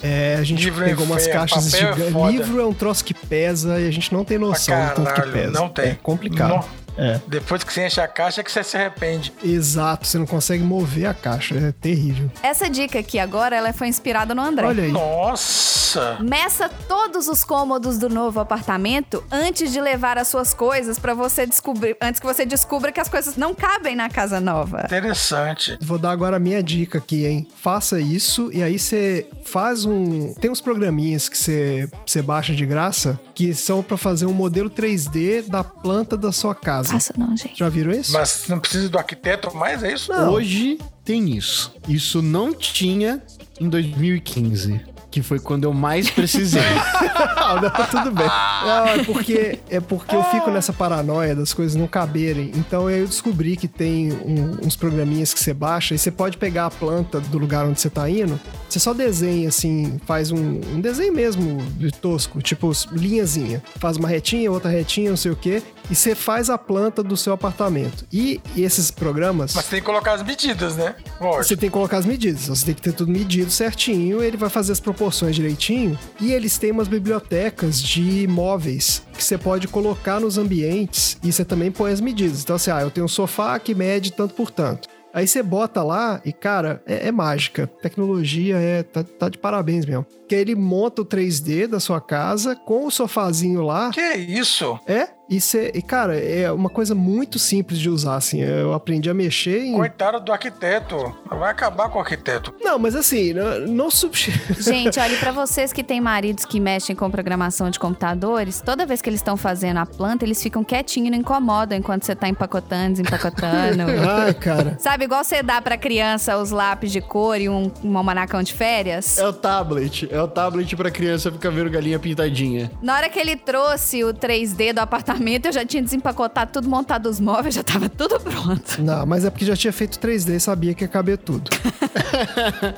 Speaker 4: É, a gente
Speaker 2: Livro é
Speaker 4: pegou umas
Speaker 2: feio,
Speaker 4: caixas
Speaker 2: papel é
Speaker 4: gigantes.
Speaker 2: foda.
Speaker 4: Livro é um troço que pesa e a gente não tem noção
Speaker 2: Pra
Speaker 4: do tanto que
Speaker 2: caralho,
Speaker 4: pesa.
Speaker 2: não tem.
Speaker 4: É complicado.
Speaker 2: Não.
Speaker 4: É.
Speaker 2: Depois que você enche a caixa é que você se arrepende.
Speaker 4: Exato, você não consegue mover a caixa, é terrível.
Speaker 3: Essa dica aqui agora, ela foi inspirada no André.
Speaker 4: Olha aí.
Speaker 2: Nossa!
Speaker 3: Meça todos os cômodos do novo apartamento antes de levar as suas coisas pra você descobrir, antes que você descubra que as coisas não cabem na casa nova.
Speaker 2: Interessante.
Speaker 4: Vou dar agora a minha dica aqui, hein? Faça isso e aí você faz um. Tem uns programinhas que você, você baixa de graça que são pra fazer um modelo 3D da planta da sua casa.
Speaker 3: Faça não, gente.
Speaker 4: Já viram isso?
Speaker 2: Mas não precisa do arquiteto mais, é isso?
Speaker 1: Hoje tem isso. Isso não tinha em 2015, que foi quando eu mais precisei.
Speaker 4: Não, não, tudo bem. Não, é porque, é porque eu fico nessa paranoia das coisas não caberem. Então eu descobri que tem um- uns programinhas que você baixa e você pode pegar a planta do lugar onde você tá indo. Você só desenha assim, faz um, um desenho mesmo de tosco, tipo linhazinha. Faz uma retinha, outra retinha, não sei o quê. E você faz a planta do seu apartamento. E, e esses programas.
Speaker 2: Mas tem que colocar as medidas, né? Lógico.
Speaker 4: Você tem que colocar as medidas, Então, você tem que ter tudo medido certinho, ele vai fazer as proporções direitinho. E eles têm umas bibliotecas de móveis que você pode colocar nos ambientes e você também põe as medidas. Então, assim, ah, eu tenho um sofá que mede tanto por tanto. Aí você bota lá e, cara, é, é mágica. Tecnologia é tá, tá de parabéns mesmo. Que aí ele monta o 3D da sua casa com o sofazinho lá.
Speaker 2: Que isso?
Speaker 4: É, e, você, e cara, é uma coisa muito simples de usar, assim. Eu aprendi a mexer em.
Speaker 2: Coitado do arquiteto. Vai acabar com o arquiteto.
Speaker 4: Não, mas assim, não, não substitui.
Speaker 3: Gente, olha, e pra vocês que têm maridos que mexem com programação de computadores, toda vez que eles estão fazendo a planta, eles ficam quietinhos, não incomodam enquanto você tá empacotando, desempacotando.
Speaker 4: Ai, cara.
Speaker 3: Sabe, igual você dá pra criança os lápis de cor e um, um almanacão de férias?
Speaker 1: é o tablet. É o tablet pra criança ficar vendo galinha pintadinha.
Speaker 3: Na hora que ele trouxe o 3D do apartamento, eu já tinha desempacotado tudo, montado os móveis, já tava tudo pronto.
Speaker 4: Não, mas é porque já tinha feito 3D e sabia que ia caber tudo.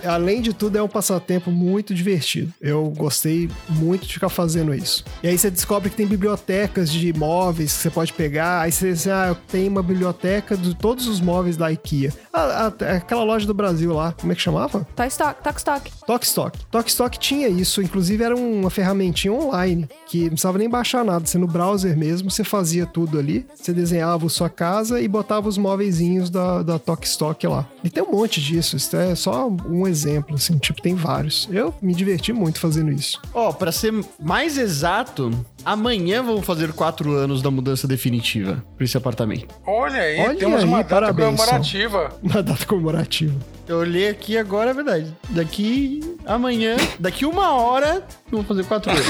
Speaker 4: Além de tudo, é um passatempo muito divertido. Eu gostei muito de ficar fazendo isso. E aí você descobre que tem bibliotecas de móveis que você pode pegar. Aí você diz, ah, eu tenho uma biblioteca de todos os móveis da IKEA. A- a- aquela loja do Brasil lá, como é que chamava?
Speaker 3: Toy Stock, Tox Stock.
Speaker 4: Tokstok. Tokstok tinha isso, inclusive era uma ferramentinha online, que não precisava nem baixar nada, você no browser mesmo, você fazia tudo ali, você desenhava a sua casa e botava os móveizinhos da, da Tokstok lá. E tem um monte disso, isso é só um exemplo, assim, tipo, tem vários. Eu me diverti muito fazendo isso.
Speaker 1: Ó, pra ser mais exato, amanhã vão fazer quatro anos da mudança definitiva pra esse apartamento.
Speaker 2: Olha aí,
Speaker 4: Olha
Speaker 2: temos
Speaker 4: aí,
Speaker 2: uma data
Speaker 4: parabéns,
Speaker 2: comemorativa.
Speaker 4: Uma data comemorativa.
Speaker 1: Eu olhei aqui agora, é verdade. Daqui amanhã, daqui uma hora, vão fazer quatro anos.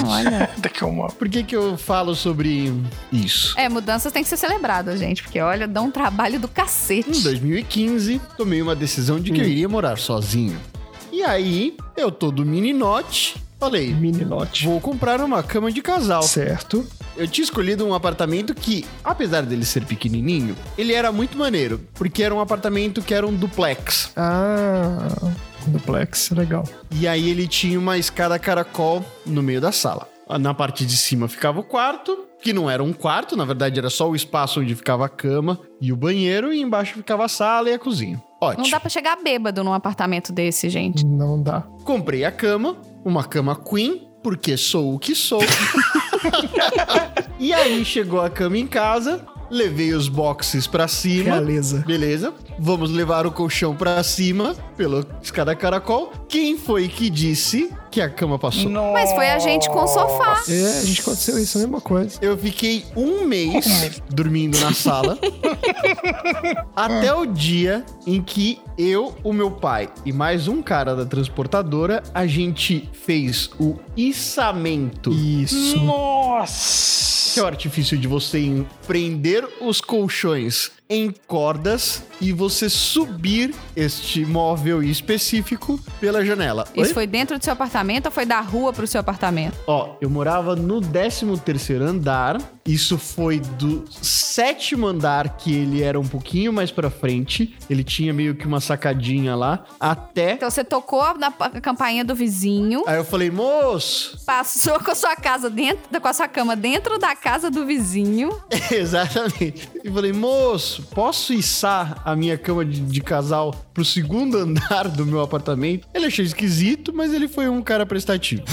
Speaker 2: Daqui a uma.
Speaker 1: Por que que eu falo sobre isso?
Speaker 3: É, mudanças têm que ser celebradas, gente, porque olha, dá um trabalho do
Speaker 1: Em
Speaker 3: cacete.
Speaker 1: 2015, tomei uma decisão de que eu iria morar sozinho. E aí, eu todo mini note, falei,
Speaker 4: Mini note.
Speaker 1: vou comprar uma cama de casal.
Speaker 4: Certo.
Speaker 1: Eu tinha escolhido um apartamento que, apesar dele ser pequenininho, ele era muito maneiro, porque era um apartamento que era um duplex.
Speaker 4: Ah, duplex, legal.
Speaker 1: E aí ele tinha uma escada caracol no meio da sala. Na parte de cima ficava o quarto, que não era um quarto, na verdade era só o espaço onde ficava a cama e o banheiro, e embaixo ficava a sala e a cozinha. Ótimo.
Speaker 3: Não dá pra chegar bêbado num apartamento desse, gente.
Speaker 4: Não dá.
Speaker 1: Comprei a cama, uma cama queen, porque sou o que sou. e aí chegou a cama em casa, levei os boxes pra cima.
Speaker 4: Realeza.
Speaker 1: Beleza? Vamos levar o colchão pra cima pela escada caracol. Quem foi que disse que a cama passou?
Speaker 3: Mas foi a gente com o sofá.
Speaker 4: É, a gente aconteceu isso, a mesma coisa.
Speaker 1: Eu fiquei um mês dormindo na sala. até o dia em que eu, o meu pai e mais um cara da transportadora, a gente fez o içamento.
Speaker 4: Isso.
Speaker 1: Que é
Speaker 2: Nossa!
Speaker 1: o artifício de você em- prender os colchões em cordas e você subir este móvel específico pela janela. Oi?
Speaker 3: Isso foi dentro do seu apartamento ou foi da rua pro seu apartamento?
Speaker 1: Ó, eu morava no 13º andar. Isso foi do sétimo andar, que ele era um pouquinho mais pra frente. Ele tinha meio que uma sacadinha lá, até...
Speaker 3: Então você tocou na pa- campainha do vizinho,
Speaker 1: Aí eu falei, moço...
Speaker 3: passou com a sua casa dentro, com a sua cama dentro da casa do vizinho.
Speaker 1: Exatamente. E falei, moço, posso içar a minha cama de, de casal pro segundo andar do meu apartamento? Ele achou esquisito, mas ele foi um cara prestativo.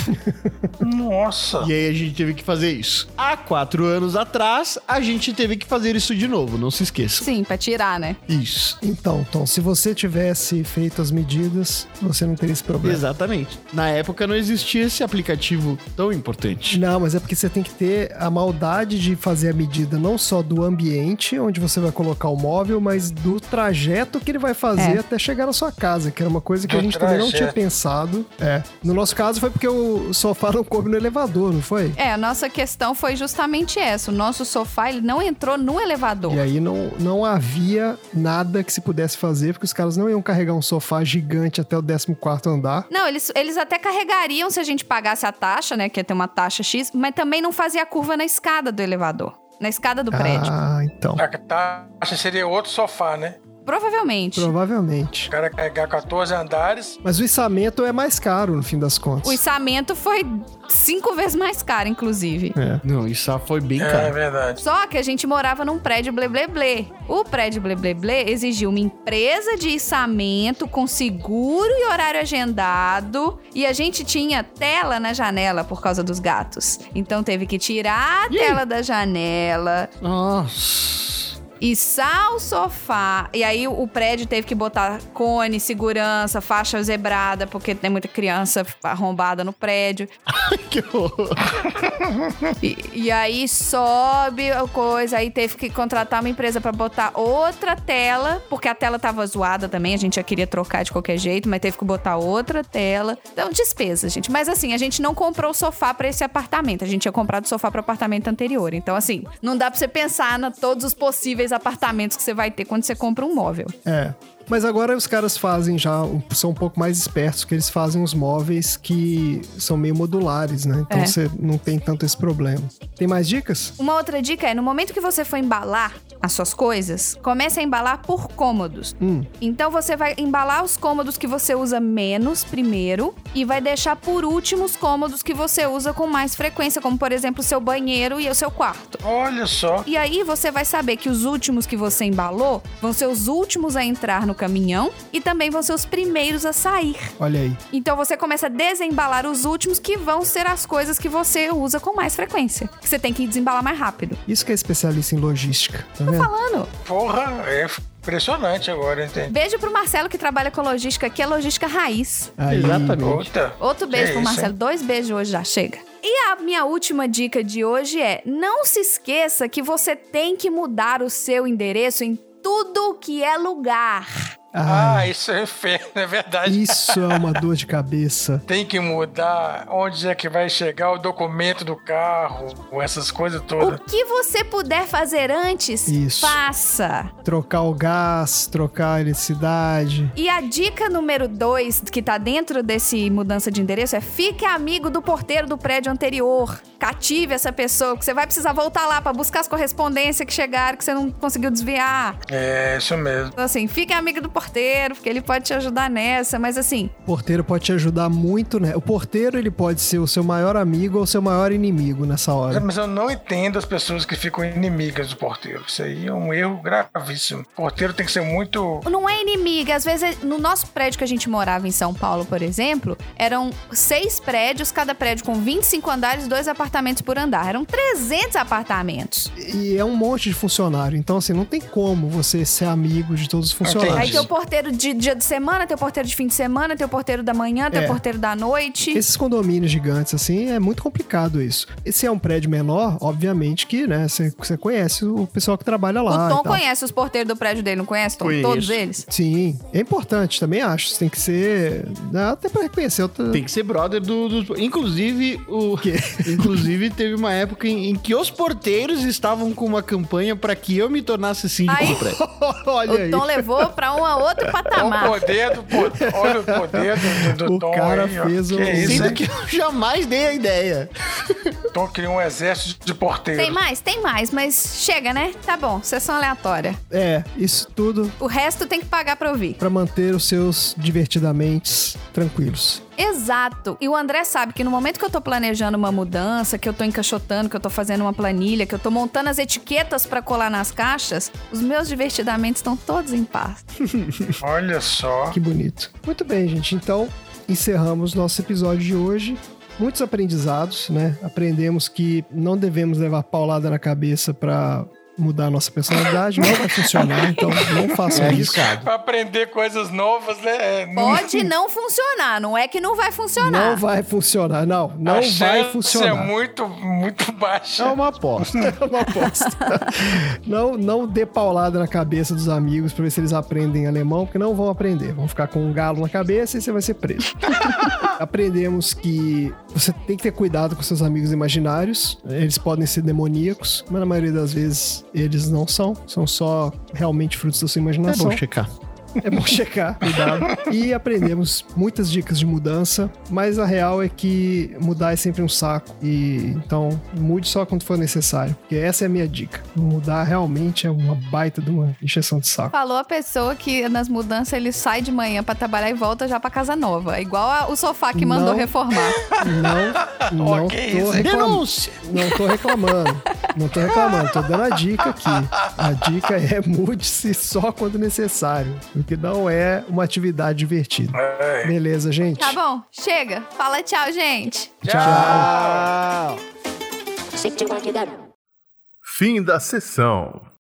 Speaker 2: Nossa!
Speaker 1: E aí a gente teve que fazer isso. Há quatro anos atrás, a gente teve que fazer isso de novo, não se esqueçam.
Speaker 3: Sim, pra tirar, né?
Speaker 1: Isso.
Speaker 4: Então, Tom, se você tivesse feito as medidas, você não teria esse
Speaker 1: né?
Speaker 4: problema.
Speaker 1: Exatamente. Na época não existia esse aplicativo tão importante.
Speaker 4: Não, mas é porque você tem que ter a maldade de fazer a medida não só do ambiente onde você vai colocar o móvel, mas do trajeto que ele vai fazer
Speaker 3: É.
Speaker 4: até chegar na sua casa, que era uma coisa que a
Speaker 2: Do
Speaker 4: gente também não tinha
Speaker 2: trajeto.
Speaker 4: pensado. É. No nosso caso foi porque o sofá não coube no elevador, não foi?
Speaker 3: É, a nossa questão foi justamente essa. O nosso sofá, ele não entrou no elevador.
Speaker 4: E aí não, não havia nada que se pudesse fazer, porque os caras não iam carregar um sofá gigante até o 14º andar.
Speaker 3: Não, eles, eles até carregariam se a gente pagasse a taxa, né? Que ia ter uma taxa X, mas também não fazia curva na escada do elevador. Na escada do prédio.
Speaker 4: Ah, então.
Speaker 2: A taxa seria outro sofá, né?
Speaker 3: Provavelmente.
Speaker 4: Provavelmente.
Speaker 2: O cara carregar 14 andares.
Speaker 4: Mas o içamento é mais caro, no fim das
Speaker 3: O
Speaker 4: contas. içamento
Speaker 3: içamento foi cinco vezes mais caro, inclusive.
Speaker 4: É.
Speaker 1: Não, isso foi bem
Speaker 2: É
Speaker 1: caro.
Speaker 2: verdade.
Speaker 3: Só que a gente morava num prédio blebleble. O prédio blebleble exigiu uma empresa de içamento com seguro e horário agendado. E a gente tinha tela na janela por causa dos gatos. Então teve que tirar a tela da janela,
Speaker 1: Nossa.
Speaker 3: içar o sofá. E aí o prédio teve que botar cone, segurança, faixa zebrada, porque tem muita criança arrombada no prédio.
Speaker 1: que horror.
Speaker 3: E, e aí sobe a coisa, aí teve que contratar uma empresa pra botar outra tela, porque a tela tava zoada também, a gente já queria trocar de qualquer jeito, mas teve que botar outra tela. Então, despesa, gente. Mas assim, a gente não comprou o sofá pra esse apartamento, a gente tinha comprado o sofá pro apartamento anterior. Então, assim, não dá pra você pensar na todos os possíveis apartamentos que você vai ter quando você compra um móvel.
Speaker 4: É. Mas agora os caras fazem já, um- são um pouco mais espertos, que eles fazem os móveis que são meio modulares, né? Então
Speaker 3: É.
Speaker 4: você não tem tanto esse problema. Tem mais dicas?
Speaker 3: Uma outra dica é, no momento que você for embalar as suas coisas, comece a embalar por cômodos. Então você vai embalar os cômodos que você usa menos primeiro e vai deixar por último os cômodos que você usa com mais frequência, como por exemplo o seu banheiro e o seu quarto.
Speaker 2: Olha só.
Speaker 3: E aí você vai saber que os últimos que você embalou vão ser os últimos a entrar no caminhão e também vão ser os primeiros a sair.
Speaker 4: Olha aí.
Speaker 3: Então você começa a desembalar os últimos que vão ser as coisas que você usa com mais frequência. Que você tem que desembalar mais rápido.
Speaker 4: Isso que é especialista em logística,
Speaker 2: É.
Speaker 4: tá vendo?
Speaker 3: Falando.
Speaker 2: Porra, é impressionante agora, entende?
Speaker 3: Beijo pro Marcelo que trabalha com logística, que é logística raiz.
Speaker 4: Aí,
Speaker 1: Exatamente.
Speaker 2: Puta.
Speaker 3: Outro
Speaker 2: Que
Speaker 3: beijo pro
Speaker 2: isso,
Speaker 3: Marcelo.
Speaker 2: hein?
Speaker 3: Dois beijos hoje já, chega. E a minha última dica de hoje é: não se esqueça que você tem que mudar o seu endereço em tudo que é lugar.
Speaker 4: Ah,
Speaker 2: Ah, isso é um inferno, é verdade.
Speaker 4: isso é uma dor de cabeça.
Speaker 2: Tem que mudar onde é que vai chegar o documento do carro, essas coisas
Speaker 3: O
Speaker 2: todas.
Speaker 3: que você puder fazer antes,
Speaker 4: Isso.
Speaker 3: faça.
Speaker 4: Trocar o gás, trocar a eletricidade.
Speaker 3: E a dica número dois que tá dentro desse mudança de endereço é fique amigo do porteiro do prédio anterior. Cative essa pessoa, que você vai precisar voltar lá pra buscar as correspondências que chegaram, que você não conseguiu desviar.
Speaker 2: É, isso mesmo.
Speaker 3: Então, assim, fique amigo do porteiro, porque ele pode te ajudar nessa. Mas, assim,
Speaker 4: O porteiro pode te ajudar muito, né? O porteiro, ele pode ser o seu maior amigo ou o seu maior inimigo nessa hora.
Speaker 2: Mas eu não entendo as pessoas que ficam inimigas do porteiro. Isso aí é um erro gravíssimo. O porteiro tem que ser muito.
Speaker 3: não é inimiga. Às vezes, é- no nosso prédio que a gente morava em São Paulo, por exemplo, eram seis prédios, cada prédio com 25 andares, dois apartamentos por andar. Eram 300 apartamentos.
Speaker 4: E é um monte de funcionário. Então, assim, não tem como você ser amigo de todos os
Speaker 2: Entendi.
Speaker 3: Aí
Speaker 4: funcionários.
Speaker 3: tem o porteiro de dia de semana, tem o porteiro de fim de semana, tem o porteiro da manhã, tem
Speaker 4: É.
Speaker 3: o porteiro da noite.
Speaker 4: Esses condomínios gigantes, assim, é muito complicado isso. E se é um prédio menor, obviamente que, né, você você conhece o pessoal que trabalha
Speaker 3: o
Speaker 4: lá. então. e
Speaker 3: Tom
Speaker 4: tal.
Speaker 3: conhece os porteiros do prédio dele, não conhece, Tom? Todos eles?
Speaker 4: Sim, é importante, também acho. Você tem que ser. dá Até pra reconhecer. outra-
Speaker 1: Tem que ser brother do. do- inclusive, o. Inclusive, teve uma época em, em que os porteiros estavam com uma campanha pra que eu me tornasse síndico
Speaker 3: Aí-
Speaker 1: do prédio.
Speaker 4: Olha
Speaker 3: O
Speaker 4: aí. É
Speaker 3: Tom levou pra um a outro
Speaker 2: Olha
Speaker 3: patamar.
Speaker 2: o poder do po- Olha o poder do, do, do
Speaker 4: O
Speaker 2: Tom
Speaker 4: cara
Speaker 2: aí, ó.
Speaker 4: fez
Speaker 2: Que é
Speaker 4: um-
Speaker 2: isso,
Speaker 1: Sendo
Speaker 2: hein?
Speaker 1: que eu jamais dei a ideia.
Speaker 2: Tom criou um exército de
Speaker 3: Tem
Speaker 2: porteiros.
Speaker 3: mais? Tem mais, mas chega, né? Tá bom, sessão aleatória.
Speaker 4: É, isso tudo
Speaker 3: O resto tem que pagar pra ouvir.
Speaker 4: pra manter os seus divertidamente tranquilos.
Speaker 3: Exato. E o André sabe que no momento que eu tô planejando uma mudança, que eu tô encaixotando, que eu tô fazendo uma planilha, que eu tô montando as etiquetas pra colar nas caixas, os meus divertidamentos estão todos em paz.
Speaker 2: Olha só.
Speaker 4: Que bonito. Muito bem, gente. Então, encerramos nosso episódio de hoje. Muitos aprendizados, né? Aprendemos que não devemos levar paulada na cabeça pra mudar a nossa personalidade. Não vai funcionar, então não façam
Speaker 1: É
Speaker 4: isso.
Speaker 2: Pra aprender coisas novas, né? É, não-
Speaker 3: Pode não funcionar, não é que não vai funcionar.
Speaker 4: Hum. Não vai funcionar, não. Não
Speaker 2: a
Speaker 4: vai
Speaker 2: chance
Speaker 4: funcionar.
Speaker 2: é muito, muito baixa.
Speaker 1: É uma aposta.
Speaker 4: É uma aposta. não, não dê paulada na cabeça dos amigos pra ver se eles aprendem alemão, porque não vão aprender. Vão ficar com um galo na cabeça e você vai ser preso. Aprendemos que você tem que ter cuidado com seus amigos imaginários. Eles podem ser demoníacos, mas na maioria das vezes eles não são. São só realmente frutos da sua
Speaker 1: É
Speaker 4: imaginação.
Speaker 1: bom checar.
Speaker 4: É bom checar, cuidado. E aprendemos muitas dicas de mudança, mas a real é que mudar é sempre um saco. E então mude só quando for necessário, porque essa é a minha dica. Mudar realmente é uma baita de uma injeção de saco.
Speaker 3: Falou a pessoa que nas mudanças ele sai de manhã pra trabalhar e volta já pra casa nova. É Igual a- o sofá que mandou
Speaker 4: Não.
Speaker 3: reformar.
Speaker 4: Não, não
Speaker 2: que
Speaker 4: tô
Speaker 2: isso.
Speaker 4: reclamando.
Speaker 1: Denúncia!
Speaker 4: Não tô reclamando. Não tô reclamando, tô dando a dica aqui. A dica é mude-se só quando necessário, o que não é uma atividade divertida. Beleza, gente?
Speaker 3: Tá bom, chega. Fala tchau, gente.
Speaker 1: Tchau. Ah.
Speaker 8: Stick to one, you got it.
Speaker 7: Fim da sessão.